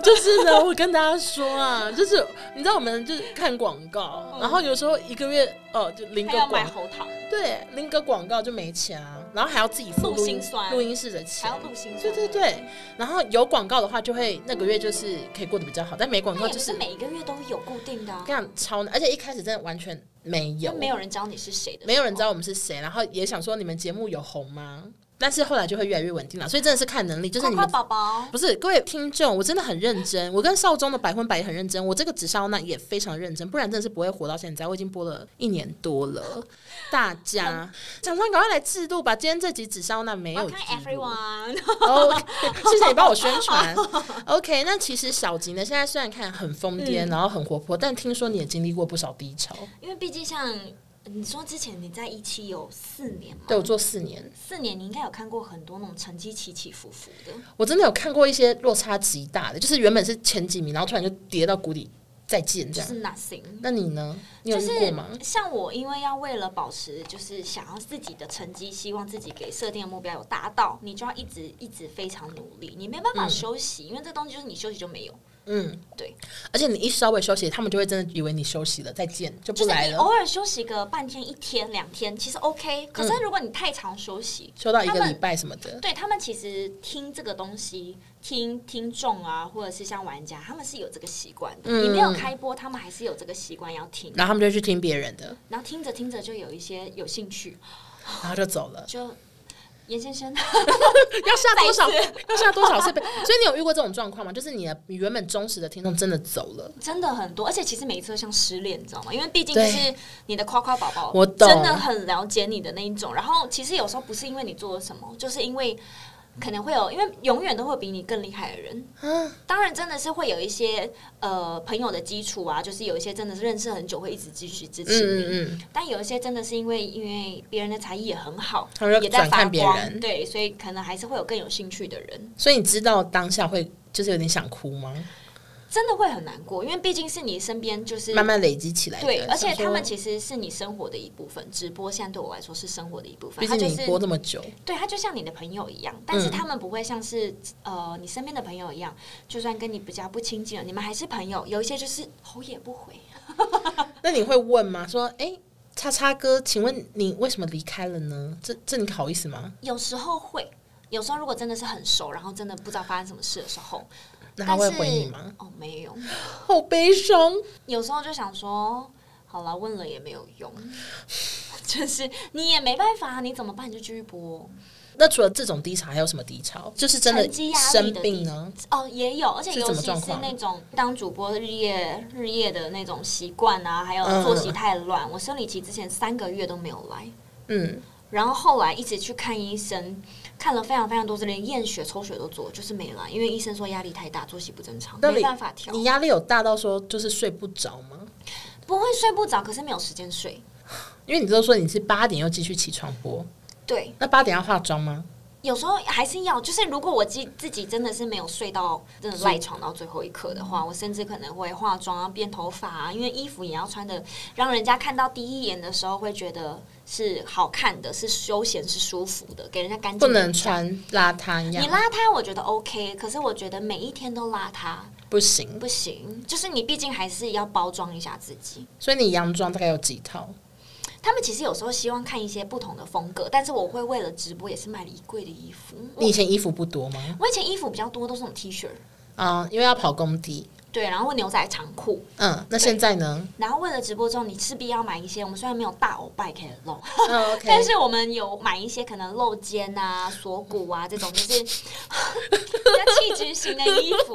B: 就是呢，我跟大家说啊，就是你知道我们就是看广告，然后有时候一个月哦就零
A: 嗯他
B: 个
A: 要买
B: 广
A: 喉糖，
B: 对零个广告就没钱啊，然后还要自己付
A: 录
B: 录
A: 心
B: 音
A: 酸
B: 录音室的
A: 还
B: 钱
A: 要。录新
B: 对对，对，然后有广告的话，就会那个月就是可以过得比较好，但没广
A: 那
B: 告
A: 也
B: 就
A: 不
B: 是
A: 是每一个月都有固定的啊
B: 这，样超难，而且一开始真的完全没有，
A: 就没有人教你是谁的，
B: 没有人知道我们是谁，然后也想说你们节目有红吗？但是后来就会越来越稳定了，所以真的是看能力，就是
A: 夸
B: 你
A: 夸
B: 们
A: 宝宝。
B: 不是各位听众，我真的很认真，我跟少中的百分百也很认真，我这个紫砂那也非常认真，不然真的是不会活到现在。我已经播了一年多了，大家厂商赶快来制度吧，今天这集紫砂那没有
A: 看
B: 记录
A: everyone，
B: OK，谢谢你帮我宣传。OK，那其实小吉呢，现在虽然看很疯
A: 嗯
B: 癫，然后很活泼，但听说你也经历过不少低潮。
A: 因为毕竟像嗯你说之前你在一期有四年嘛，
B: 对我做四年，
A: 四年你应该有看过很多那种成绩起起伏伏的，
B: 我真的有看过一些落差极大的，就是原本是前几名，然后突然就跌到谷底，再见这
A: 就
B: 样。
A: 是 nothing。
B: 那你呢？你有
A: 就
B: 遇
A: 是
B: 过吗？
A: 像我，因为要为了保持，就是想要自己的成绩，希望自己给设定的目标有达到，你就要一直一直非常努力，你没办法
B: 嗯
A: 休息，因为这东西就是你休息就没有，
B: 嗯，
A: 对。
B: 而且你一稍微休息，他们就会真的以为你休息了，再见就
A: 就是
B: 不
A: 哦
B: 来
A: 你
B: 了。
A: 偶尔休息个半天、一天、两天，其实 OK。可
B: 嗯
A: 是如果你太常休息，
B: 休到一
A: 他
B: 个
A: 们
B: 礼拜什么的，
A: 对他们其实听这个东西，听听众啊，或者是像玩家，他们是有这个习惯的。
B: 嗯
A: 你没有开播，他们还是有这个习惯要听，
B: 然后他们就去听别人的，
A: 然后听着听着就有一些有兴趣，。
B: 然后就走了
A: 就严先生
B: 要下多少？要下多少 次？所以你有遇过这种状况吗？就是你的你原本忠实的听众真的走了，
A: 真的很多，而且其实每一次都像失恋，你知道吗？因为毕竟就是你的夸夸宝宝，
B: 我懂
A: 真的很了解你的那一种。然后其实有时候不是因为你做了什么，就是因为。可能会有，因为永远都会有比你更厉害的人，
B: 嗯、
A: 当然，真的是会有一些呃朋友的基础啊，就是有一些真的是认识很久，会一直继续支持你。
B: 嗯嗯嗯，
A: 但有一些真的是因为因为别人的才艺也很好
B: 他们，就
A: 也在
B: 转
A: 发
B: 看别
A: 光，
B: 人
A: 对，所以可能还是会有更有兴趣的人，
B: 所以你知道当下会就是有点想哭吗？
A: 真的会很难过，因为毕竟是你身边就是
B: 慢慢累积起来的。
A: 对，而且
B: 想说
A: 他们其实是你生活的一部分。直播现在对我来说是生活的一部分，
B: 毕
A: 它
B: 竟
A: 就
B: 你
A: 是
B: 播嗯这么久，
A: 对他就像你的朋友一样，但是他们不会像是、呃你身边的朋友一样，就算跟你比较不亲近了，你们还是朋友。有一些就是头也不回。
B: 那你会问吗？说，哎、叉叉哥，请问你为什么离开了呢？这这你好意思吗？
A: 有时候会，有时候如果真的是很熟，然后真的不知道发生什么事的时候，
B: 那
A: 但
B: 他会
A: 是
B: 回你吗？？
A: 哦，没有。
B: 好悲伤。
A: 有时候就想说，好了，问了也没有用， 就是你也没办法，你怎么办？你就继续播。
B: 那除了这种低潮，还有什么低潮？就是真的
A: 成绩压力
B: 生病呢？
A: 哦，也有，而且
B: 是
A: 尤
B: 怎么
A: 其
B: 状
A: 是
B: 况
A: 那种当主播日夜日夜的那种习惯啊，还有
B: 嗯
A: 作息太乱。我生理期之前三个月都没有来，
B: 嗯，
A: 然后后来一直去看医生，看了非常非常多次，连验血、抽血都做，就是没来，因为医生说压力太大，作息不正常，
B: 那
A: 没
B: 你
A: 办法调，
B: 你压力有大到说就是睡不着吗？
A: 不会睡不着，可是没有时间睡。
B: 因为你都说你是八点又继续起床播，
A: 对，
B: 那八点要化妆吗？
A: 有时候还是要，就是如果我自自己真的是没有睡到真的赖床到最后一刻的话，我甚至可能会化妆啊、变头发啊，因为衣服也要穿的，让人家看到第一眼的时候会觉得是好看的、是休闲、是舒服的，给人家干净。
B: 不能。穿邋遢
A: 你
B: 样，
A: 邋遢，我觉得 OK，可是我觉得每一天都邋遢
B: 不行。
A: 不行，就是你毕竟还是要包装一下自己。
B: 所以你洋装大概有几套？
A: 他们其实有时候希望看一些不同的风格，但是我会为了直播也是买了一柜的衣服。我
B: 你以前衣服不多吗？
A: 我以前衣服比较多都是那种 T 恤，
B: 哦啊、因为要跑工地，
A: 对，然后牛仔长裤，
B: 嗯，那现在呢？
A: 然后为了直播之后，你势必要买一些。我们虽然没有大欧拜可以露，
B: 嗯，OK，
A: 但是我们有买一些可能露肩啊、锁骨啊这种，就是 比较气质型的衣服，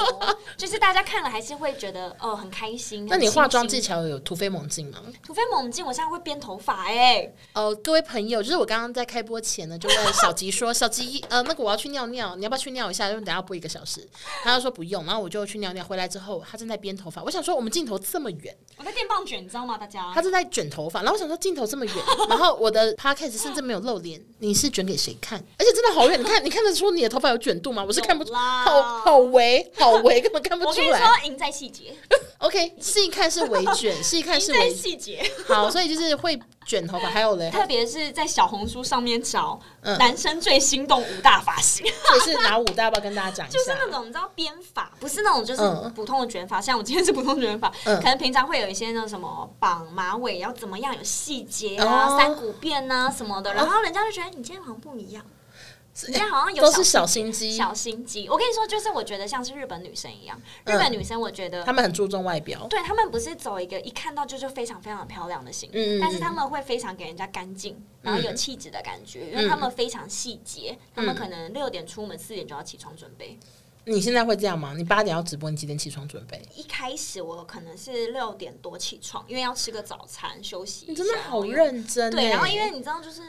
A: 就是大家看了还是会觉得哦很开心。
B: 那你
A: 很清
B: 化妆
A: 新
B: 技巧有突飞猛进吗？
A: 突飞猛进，我现在会编头发哎、
B: 哦，各位朋友，就是我刚刚在开播前呢，就问小吉说：“小吉， 呃，那个我要去尿尿，你要不要去尿一下？因为等一下播一个小时。”他就说不用，然后我就去尿尿，回来之后他正在编头发，我想说我们镜头这么远，
A: 我在电棒卷，你知道吗？大家
B: 他正在卷头发，然后我想说镜头这么远，然后我的 podcast 甚至没有露脸，你是卷给谁看？而且真的好远，你看你看得出你的头发有卷度吗？我是看不出，
A: 有啦
B: 好好围好围，根本看不
A: 我
B: 出
A: 跟你
B: 来。
A: 说，赢在细 节，
B: OK，试一看是围卷，试一看
A: 赢
B: 是
A: 在
B: 围
A: 细节。
B: 好，所以就是会卷头发，还有嘞，
A: 特别是在小红书上面找
B: 嗯
A: 男生最心动五大发型，
B: 所以是哪五大？要不要跟大家讲一下？
A: 就是那种你知道编法，不是那种就是
B: 啊嗯
A: 普通的卷发，像我今天是普通卷发，
B: 嗯
A: 可能平常会有一些那种什么绑马尾要怎么样有细节啊、
B: 哦
A: 三股辫啊什么的，然后人家就觉得哎你今天好像不一样，你今天好像有
B: 都是
A: 小
B: 小心机，
A: 小心机。我跟你说，就是我觉得像是日本女生一样，日本女生我觉得
B: 嗯他们很注重外表。
A: 对他们不是走一个一看到就是非常非常漂亮的型，
B: 嗯
A: 但是他们会非常给人家干净，然后有气质的感觉，因为他们非常细节，
B: 嗯
A: 他们可能六点出门，四点就要起床准备。
B: 你现在会这样吗？你八点要直播，你几点起床准备？
A: 一开始我可能是六点多起床，因为要吃个早餐休息一
B: 你
A: 下。
B: 真的好认真欸。
A: 对，然后因为你知道就是。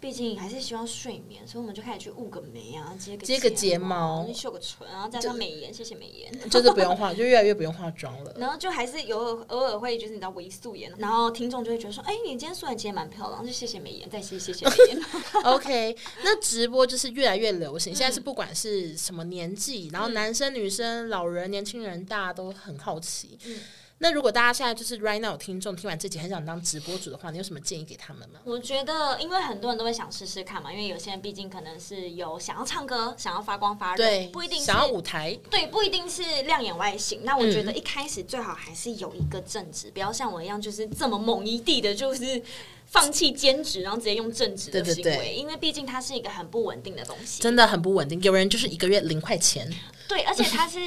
A: 毕竟还是需要睡眠，所以我们就开始去雾个眉啊，接个
B: 接个
A: 睫
B: 睫毛
A: 去修个唇，然后加上美颜，谢谢美颜。
B: 就是不用化，就越来越不用化妆了。
A: 然后就还是有偶尔偶尔会就是你知道微素颜，然后听众就会觉得说，哎、你今天素颜其实蛮漂亮，就谢谢美颜，再谢谢谢美颜。
B: OK，那直播就是越来越流行，
A: 嗯
B: 现在是不管是什么年纪，然后男生、女生、老人、年轻人，大家都很好奇。
A: 嗯
B: 那如果大家现在就是 right now 有听众听完这集很想当直播主的话，你有什么建议给他们吗？
A: 我觉得，因为很多人都会想试试看嘛，因为有些人毕竟可能是有想要唱歌、想要发光发热，
B: 对，
A: 不一定是
B: 想要舞台，
A: 对，不一定是亮眼外形。那我觉
B: 嗯
A: 得一开始最好还是有一个正职，不要像我一样就是这么猛一地的，就是放弃兼职，然后直接用正职的
B: 对
A: 行为，
B: 对对
A: 因为毕竟它是一个很不稳定的东西。
B: 真的很不稳定。有人就是一个月零块钱，
A: 对，而且它是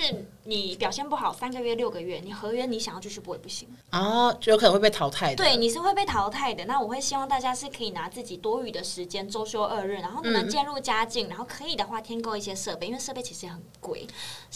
A: 你表现不好，三个月、六个月，你合约你想要继续播也不行，
B: 哦，就有可能会被淘汰的。
A: 对，你是会被淘汰的。那我会希望大家是可以拿自己多余的时间，周休二日，然后你
B: 嗯
A: 们渐入佳境，然后可以的话添购一些设备，因为设备其实也很贵。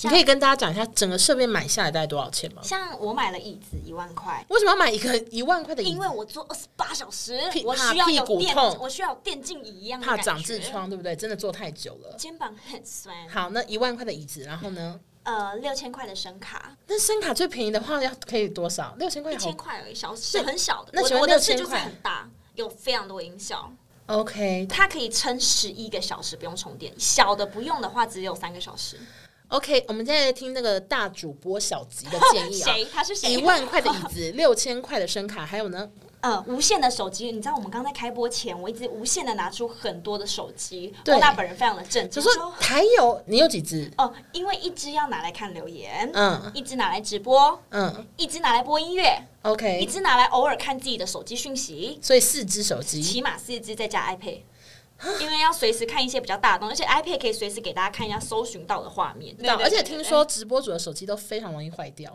B: 你可以跟大家讲一下整个设备买下来大概多少钱吗？
A: 像我买了椅子一万块，
B: 为什么要买 一个一万块的椅
A: 因
B: 子？
A: 为我坐二十八小时
B: 屁，
A: 我
B: 怕
A: 需要有
B: 屁股
A: 电
B: 痛，
A: 我需要有电竞椅一样的
B: 怕
A: 感
B: 长
A: 觉
B: 痔，疮，对不对？真的坐太久了。
A: 肩膀很酸。
B: 好，那一万块的椅子，然后呢？
A: 呃，六千块的声卡，
B: 那声卡最便宜的话要可以多少？六千块
A: 一
B: 好
A: 千块而已，小是很小的。
B: 那
A: 我
B: 请问
A: 我的是
B: 6000
A: 就是
B: 块
A: 很大，有非常多音效，
B: ？OK
A: 它可以撑十一个小时不用充电。小的不用的话，只有三个小时。
B: OK，我们现在听那个大主播小吉的建议啊。
A: 谁？他是谁？
B: 一万块的椅 子，六千块的声卡，还有呢？
A: 呃，无线的手机，你知道我们刚在开播前，我一直无限的拿出很多的手机，
B: 对
A: 欧娜本人非常的震
B: 就
A: 惊，
B: 说还有你有几只？
A: 哦，因为一只要拿来看留言，
B: 嗯
A: 一只拿来直播，
B: 嗯
A: 一只拿来播音乐，一
B: ，OK，
A: 只拿来偶尔看自己的手机讯息，
B: 所以四只手机。
A: 起码四只再加 iPad。因为要随时看一些比较大的东西，而且 iPad 可以随时给大家看一下搜寻到的画面。
B: 知道
A: 对
B: 而且听，说
A: 对
B: 直播主的手机都非常容易坏掉，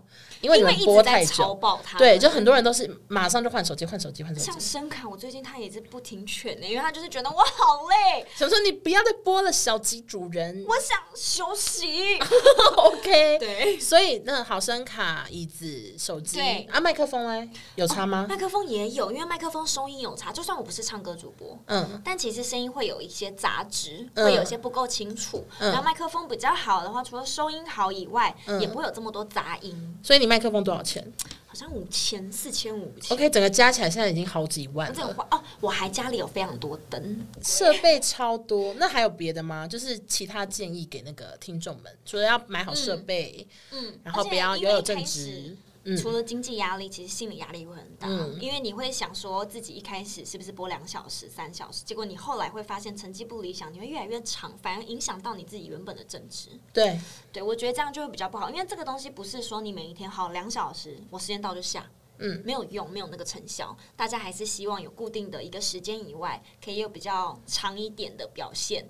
A: 对
B: 因为
A: 对
B: 你
A: 因为
B: 们
A: 一
B: 播
A: 直在
B: 太
A: 超
B: 久。
A: 爆它，
B: 对，就很多人都是马上就换手机，换手机，换手机。
A: 像声卡，我最近他也是不听劝的，因为他就是觉得我好累，
B: 想说你不要再播了，小吉主人。
A: 我想休息。
B: OK，
A: 对
B: 所以那好声卡、椅子、手机
A: 对哦
B: 啊，麦克风嘞，有差吗？
A: 麦克风也有，因为麦克风收音有差，就算我不是唱歌主播，
B: 嗯，
A: 但其实声音会有一些杂质，
B: 嗯
A: 会有一些不够清楚。
B: 嗯
A: 然后麦克风比较好的话，除了收音好以外，
B: 嗯
A: 也不会有这么多杂音。
B: 所以你麦克风多少钱
A: 好像五千、四千、五千。
B: ？OK，整个加起来现在已经好几万
A: 这个
B: 了，
A: 花哦，我还家里有非常多灯，
B: 设备超多。那还有别的吗？就是其他建议给那个听众们，除了要买好设备，
A: 嗯，
B: 然后
A: 而且
B: 不要
A: 因为
B: 要有
A: 一开
B: 正
A: 始
B: 职。嗯
A: 除了经济压力，其实心理压力也会很大，
B: 嗯
A: 因为你会想说自己一开始是不是播两小时、三小时，结果你后来会发现成绩不理想，你会越来越长，反而影响到你自己原本的正职。
B: 对，
A: 对，我觉得这样就会比较不好，因为这个东西不是说你每一天好两小时，我时间到就下，
B: 嗯，
A: 没有用，没有那个成效。大家还是希望有固定的一个时间以外，可以有比较长一点的表现。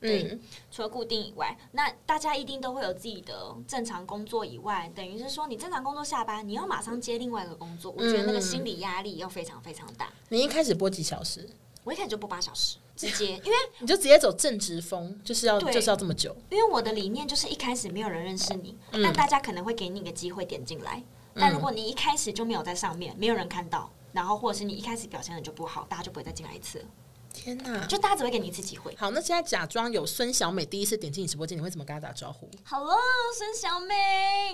A: 对，
B: 嗯
A: 除了固定以外，那大家一定都会有自己的正常工作以外，等于是说你正常工作下班，你要马上接另外一个工作，我觉得那个心理压力要非常非常大。
B: 你一开始播几小时，
A: 我一开始就播八小时，直接，因为
B: 你就直接走正直风，就是要
A: 对
B: 就是要这么久。
A: 因为我的理念就是一开始没有人认识你，但大家可能会给你一个机会点进来。但如果你一开始就没有在上面，没有人看到，然后或者是你一开始表现的就不好，大家就不会再进来一次了，
B: 天哪！
A: 就大家只会给你一次机会。
B: 好，那现在假装有孙小美第一次点进你直播间，你会怎么跟她打招呼？
A: Hello，孙小美，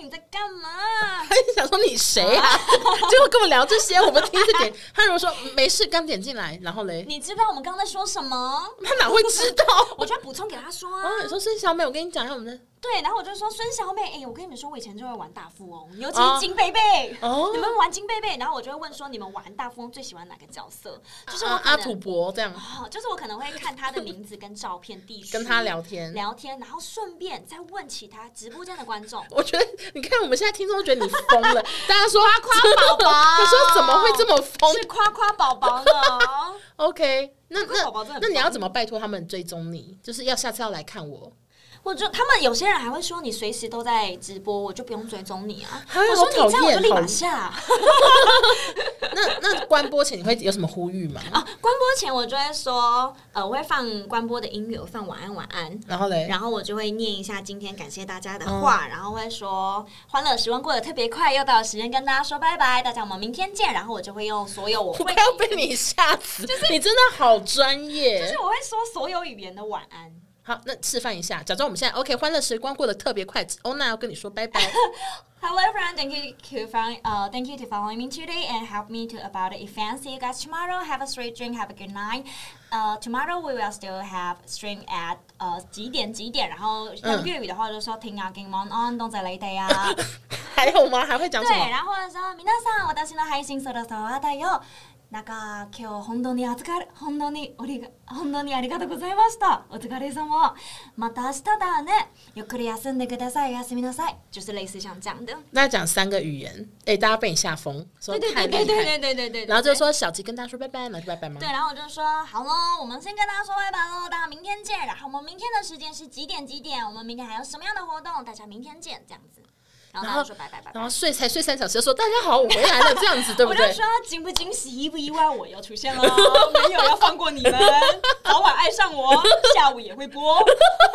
A: 你在干嘛？
B: 她 想说你谁啊？ 结果跟我聊这些，我们第一次点。 她如果说嗯没事，刚点进来，然后嘞，
A: 你知道我们刚刚在说什么？
B: 她哪会知道？
A: 我就要补充给他说啊
B: 然，后你说孙小美，我跟你讲一下我们的
A: 对，然后我就说孙小美，哎、我跟你们说，我以前就会玩大富翁，尤其
B: 哦
A: 是金贝贝，
B: 哦
A: 你们玩金贝贝，然后我就会问说，你们玩大富翁最喜欢哪个角色？就是我
B: 啊
A: 可能、
B: 阿土伯这样
A: 哦，就是我可能会看他的名字跟照片、 地区，
B: 跟她聊天。。
A: 聊天，然后顺便再问其他直播间的观众
B: 我觉得你看我们现在听众都觉得你疯 了，大家说他夸
A: 宝宝
B: 他说怎么会这么疯
A: 是夸夸宝宝呢？
B: ？OK，那
A: 夸夸宝宝真的
B: 那
A: 很
B: 那你要
A: 疯
B: 怎么拜托他们追踪你？就是要下次要来看我。
A: 我就他们有些人还会说你随时都在直播，我就不用追踪你 啊。
B: 啊
A: 我说
B: 好
A: 你这
B: 讨
A: 样我
B: 厌
A: 就立
B: 好
A: 马下。啊
B: 那那关播前你会有什么呼吁吗？
A: 啊，关播前我就会说，呃，我会放关播的音乐，我放晚安晚安，
B: 然后嘞，
A: 然后我就会念一下今天感谢大家
B: 嗯
A: 的话，然后会说欢乐时光过得特别快，又到了时间跟大家说拜拜，大家我们明天见。然后我就会用所有我
B: 我
A: 会
B: 快，要被你吓死！你真的好专业。
A: 就是我会说所有语言的晚安。
B: 好，那示范一下，假装我们现在 OK，欢乐时光过得特别快。欧娜要跟你说 拜拜。
A: Hello everyone, thank you to fo- uh, thank you to following me today and help me to about the event. See you guys tomorrow. Have a straight drink. Have a good night. Uh, tomorrow we will still have stream at uh 几点几点，然后用粤语的话就说听啊，今晚安，多谢你哋啊。
B: 还有吗？还会讲什
A: 对，
B: 么？
A: 然后或者说皆さん、私の配信そろそろだよ。なんか今日本当にお疲れ本当におりが本当にありがとうございました。お疲れ様。また明日だね。ゆっくり休んでください。おやすみなさい。就是类似像这样的。
B: 那讲三个语言，哎、大家被你吓疯，说
A: 对对
B: 太
A: 对
B: 厉
A: 对
B: 害。
A: 对对对对对，
B: 然后就说小吉跟大家说拜拜，然后就拜拜吗？
A: 对，然后我就说好喽，我们先跟大家说拜拜喽，大家明天见。然后我们明天的时间是几点几点？我们明天还有什么样的活动？大家明天见，这样子。然后大
B: 然
A: 家
B: 后
A: 就说拜拜拜拜
B: 然。后睡才睡三小时，就说大家好，我回来了，这 样子对不
A: 我就
B: 对？
A: 说惊不惊喜，意不意外，我又出现了，没有要放过你们，早晚爱上我，下午也会播。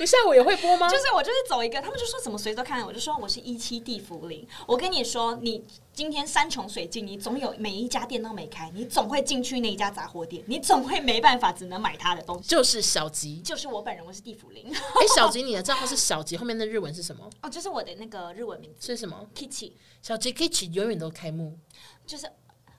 B: 你下午也会播吗？
A: 就是我就是走一个，他们就说怎么随都看，我就说我是一期地福林。我跟你说，你今天山穷水尽，你总有每一家店都没开，你总会进去那一家杂货店，你总会没办法只能买他的东西。
B: 就是小吉，
A: 就是我本人，我是地福林，
B: 哎、小吉，你的账号是小吉，后面的日文是什么？
A: 哦，就是我的那个日文名字
B: 是什么？
A: Kitty，
B: 小吉 Kitty 永远都开幕。
A: 哦就是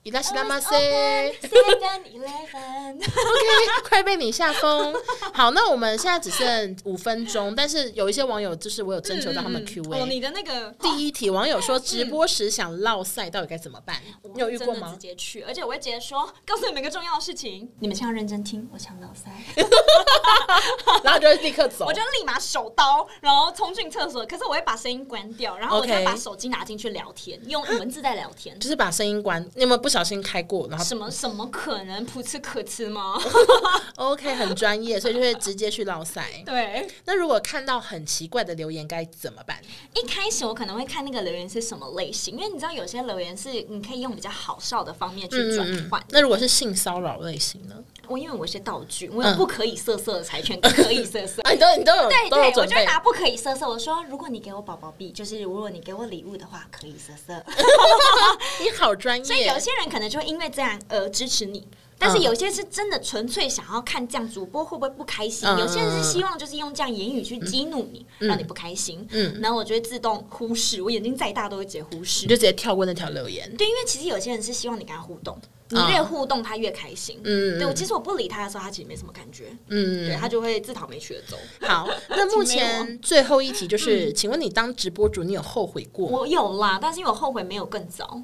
B: 伊拉西拉马
A: Always
B: 塞
A: open, Seven，oh Eleven。
B: ，OK，快 被你吓疯。好，那我们现在只剩五分钟，但是有一些网友就是我有征求到他们的 Q&A、
A: 哦，你的那个
B: 第一题，网友说直播时想落赛，到底该怎么办？你有遇过
A: 我嗯真的
B: 吗
A: 直？接去，而且我会直接说，告诉你们一个重要的事情，你们先要认真听。我想老塞，
B: 哦然后就会立刻走
A: 我。就立马手刀，然后冲进厕所。可是我会把声音关掉，然后我就
B: OK
A: 会把手机拿进去聊天，用文字在聊 天。
B: 就是把声音关，你有没有不小心开过？然后
A: 什么什么可能噗嗤可吃吗？
B: OK，很专业，所以就会直接去捞塞。
A: 对，
B: 那如果看到很奇怪的留言该怎么办？
A: 一开始我可能会看那个留言是什么类型，因为你知道有些留言是你可以用比较好笑的方面
B: 嗯
A: 去转换。
B: 那如果是性骚扰类型呢？
A: 我因为我有一些道具，我有
B: 嗯
A: 不可以色色的柴犬，跟可以色色。
B: 啊，你都你都有
A: 对
B: 都有
A: 对，我
B: 准
A: 就
B: 备。
A: 拿不可以色色。我说，如果你给我宝宝币，就是如果你给我礼物的话，可以色 色。
B: 你好专
A: 所以
B: 业
A: 有，些人可能就会因为这样而支持你，但
B: 嗯
A: 是有些是真的纯粹想要看这样主播会不会不开心。
B: 嗯
A: 有些人是希望就是用这样言语去激怒你，让你不开心。
B: 嗯
A: 嗯，然后我就会自动忽视，我眼睛再大都会直接忽视
B: 你。就直接跳过那条留言。
A: 对，因为其实有些人是希望你跟他互动，你
B: 嗯
A: 越互动他越开心。
B: 嗯
A: 嗯，对我其实我不理他的时候，他其实没什么感觉，对
B: 嗯，
A: 他就会自讨没趣的走。
B: 好。那目
A: 请啊
B: 前最后一题就是，请问你当直播主，你有后悔过吗？
A: 嗯我有啦，但是因为我后悔没有更早。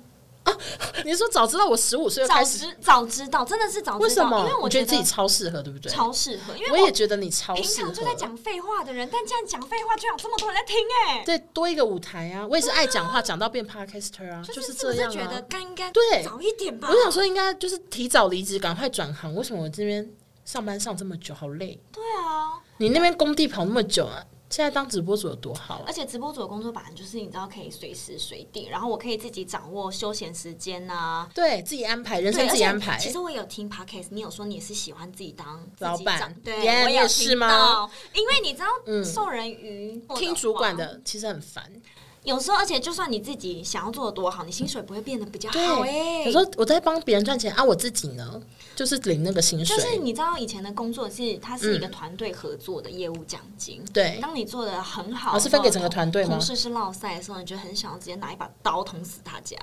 B: 你说早知道我十五岁就
A: 早
B: 开始，
A: 知早知道，真的是早知道，
B: 为什么？
A: 因为我
B: 你觉
A: 得
B: 得自己超适合，对不对？
A: 超适合，因
B: 我
A: 为
B: 也觉得你超
A: 平
B: 适合
A: 常。就在讲废话的人，但这样讲废话居然有这么多人在听哎、
B: 对，多一个舞台啊！我也是爱讲话，讲到变 podcaster 啊，
A: 就是是
B: 这
A: 不是
B: 样
A: 觉得啊
B: 啊。
A: 该应该
B: 对
A: 早一点吧？
B: 我想说，应该就是提早离职，赶快转行。为什么我这边上班上这么久，好累。
A: 对啊，
B: 你那边工地跑那么久啊，现在当直播主有多好啊
A: 而？且直播主的工作本来就是你知道可以随时随地，然后我可以自己掌握休闲时间呐、
B: 对自己安排，人
A: 对，
B: 生自己安
A: 而
B: 排
A: 且。其实我有听 podcast，你有说你也是喜欢自己当自己
B: 老板
A: 长对
B: Yeah，
A: 我
B: 你
A: 有
B: 也是
A: 听
B: 吗
A: 到？因为你知道，
B: 嗯
A: 授人鱼的话
B: 听主管，的其实很烦，
A: 有时候而且就算你自己想要做的多好，你薪水不会变得比较好哎、
B: 对，有时候我在帮别人赚钱啊，我自己呢就是领那个薪水，嗯
A: 就是你知道以前的工作是它是一个团队合作的业务奖金。
B: 对，
A: 当你做的很好，
B: 哦是分给整个团队吗
A: 同事是落赛的时候，你就很想要直接拿一把刀捅死他 家。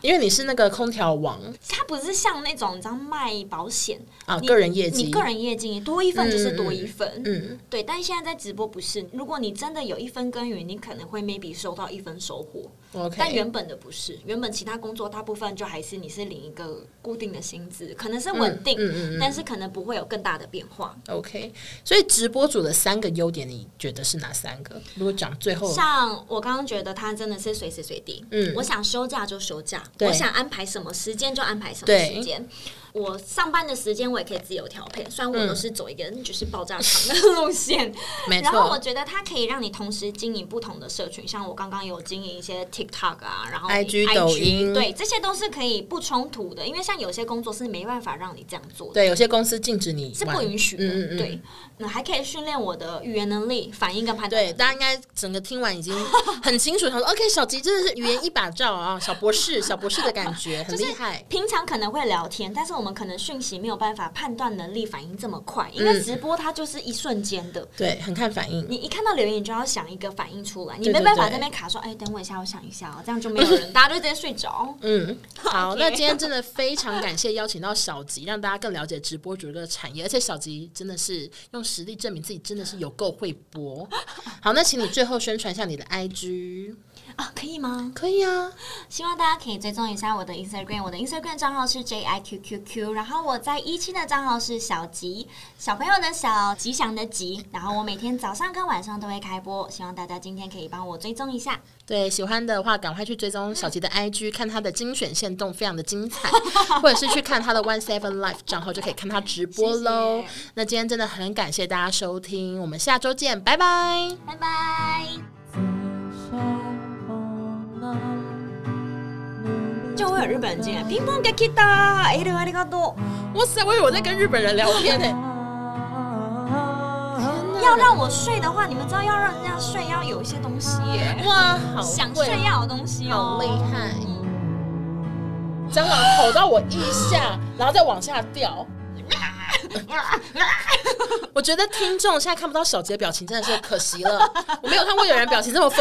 B: 因为你是那个空调王
A: 他不是像那种你知道卖保险，
B: 啊，
A: 你
B: 个人业绩，
A: 你个人业绩多一份就是多一份，
B: 嗯，
A: 对，但现在在直播不是，如果你真的有一分耕耘，你可能会 maybe 收到一分收获。
B: OK，
A: 但原本的不是，原本其他工作大部分就还是你是领一个固定的薪资，可能是稳定，
B: 嗯嗯嗯嗯
A: 但是可能不会有更大的变化。
B: OK，所以直播主的三个优点，你觉得是哪三个？如果讲最后，
A: 像我刚刚觉得他真的是随时随地，
B: 哦嗯
A: 我想休假就休假，
B: 对
A: 我想安排什么时间就安排什么
B: 对
A: 时间。我上班的时间我也可以自由调配，虽然
B: 嗯
A: 我都是走一个就是爆炸场的路线，
B: 没
A: 然后我
B: 错
A: 觉得它可以让你同时经营不同的社群，像我刚刚有经营一些 TikTok 啊，然后
B: IG 抖音
A: 对，这些都是可以不冲突的，因为像有些工作是没办法让你这样做的。
B: 对，有些公司禁止你
A: 是
B: 玩
A: 不允许的，
B: 嗯嗯嗯
A: 对。那还可以训练我的语言能力、反应跟判断。
B: 对，大家应该整个听 完已经很清楚，想说 OK，小吉真的是语言一把罩啊，小博士，小博士的 感觉很厉害。
A: 平常可能会聊天，但是我们可能讯息没有办法判断能力反应这么
B: 嗯
A: 快，因为直播它就是一瞬间的。
B: 对，很看反应。
A: 你一看到留言，你就要想一个反应出来，你
B: 对
A: 没
B: 对
A: 办法在
B: 对
A: 那边卡说，哎、等我一下，我想一下哦，这样就没有 人，大家就直接睡着。
B: 嗯，好
A: OK
B: 那今天真的非常感谢邀请到小吉，让大家更了解直播主这个产业，而且小吉真的是用实力证明自己真的是有够会播。好，那请你最后宣传一下你的 IG，
A: 啊，可以吗？
B: 可以啊，
A: 希望大家可以追踪一下我的 Instagram，我的 Instagram 账号是 J I Q Q Q，然后我在一期的账号是小吉，小朋友的小吉祥的吉，然后我每天早上跟晚上都会开播，希望大家今天可以帮我追踪一下。
B: 对，喜欢的话赶快去追踪小吉的 IG，看他的精选线动非常的精 彩，或者是去看他的 One Seven Life 账号就可以看他直播喽。
A: 谢谢
B: 那今天真的很感谢大家收听，我们下周见，拜拜。
A: 拜拜。就会有日本人进来，乒乓给 k i t a 哎，ありがとう。
B: 哇塞，我以为我在跟日本人聊天呢、
A: 要让我睡的话，你们知道要让人家睡要有一些东西耶，
B: 哇，好
A: 想
B: 会
A: 睡要有东西哦。
B: 好厉害，蟑螂吼到我腋下，然后再往下掉。 我觉得听众现在看不到小杰的表情，真的是可惜了。我没有看过有人表情这么丰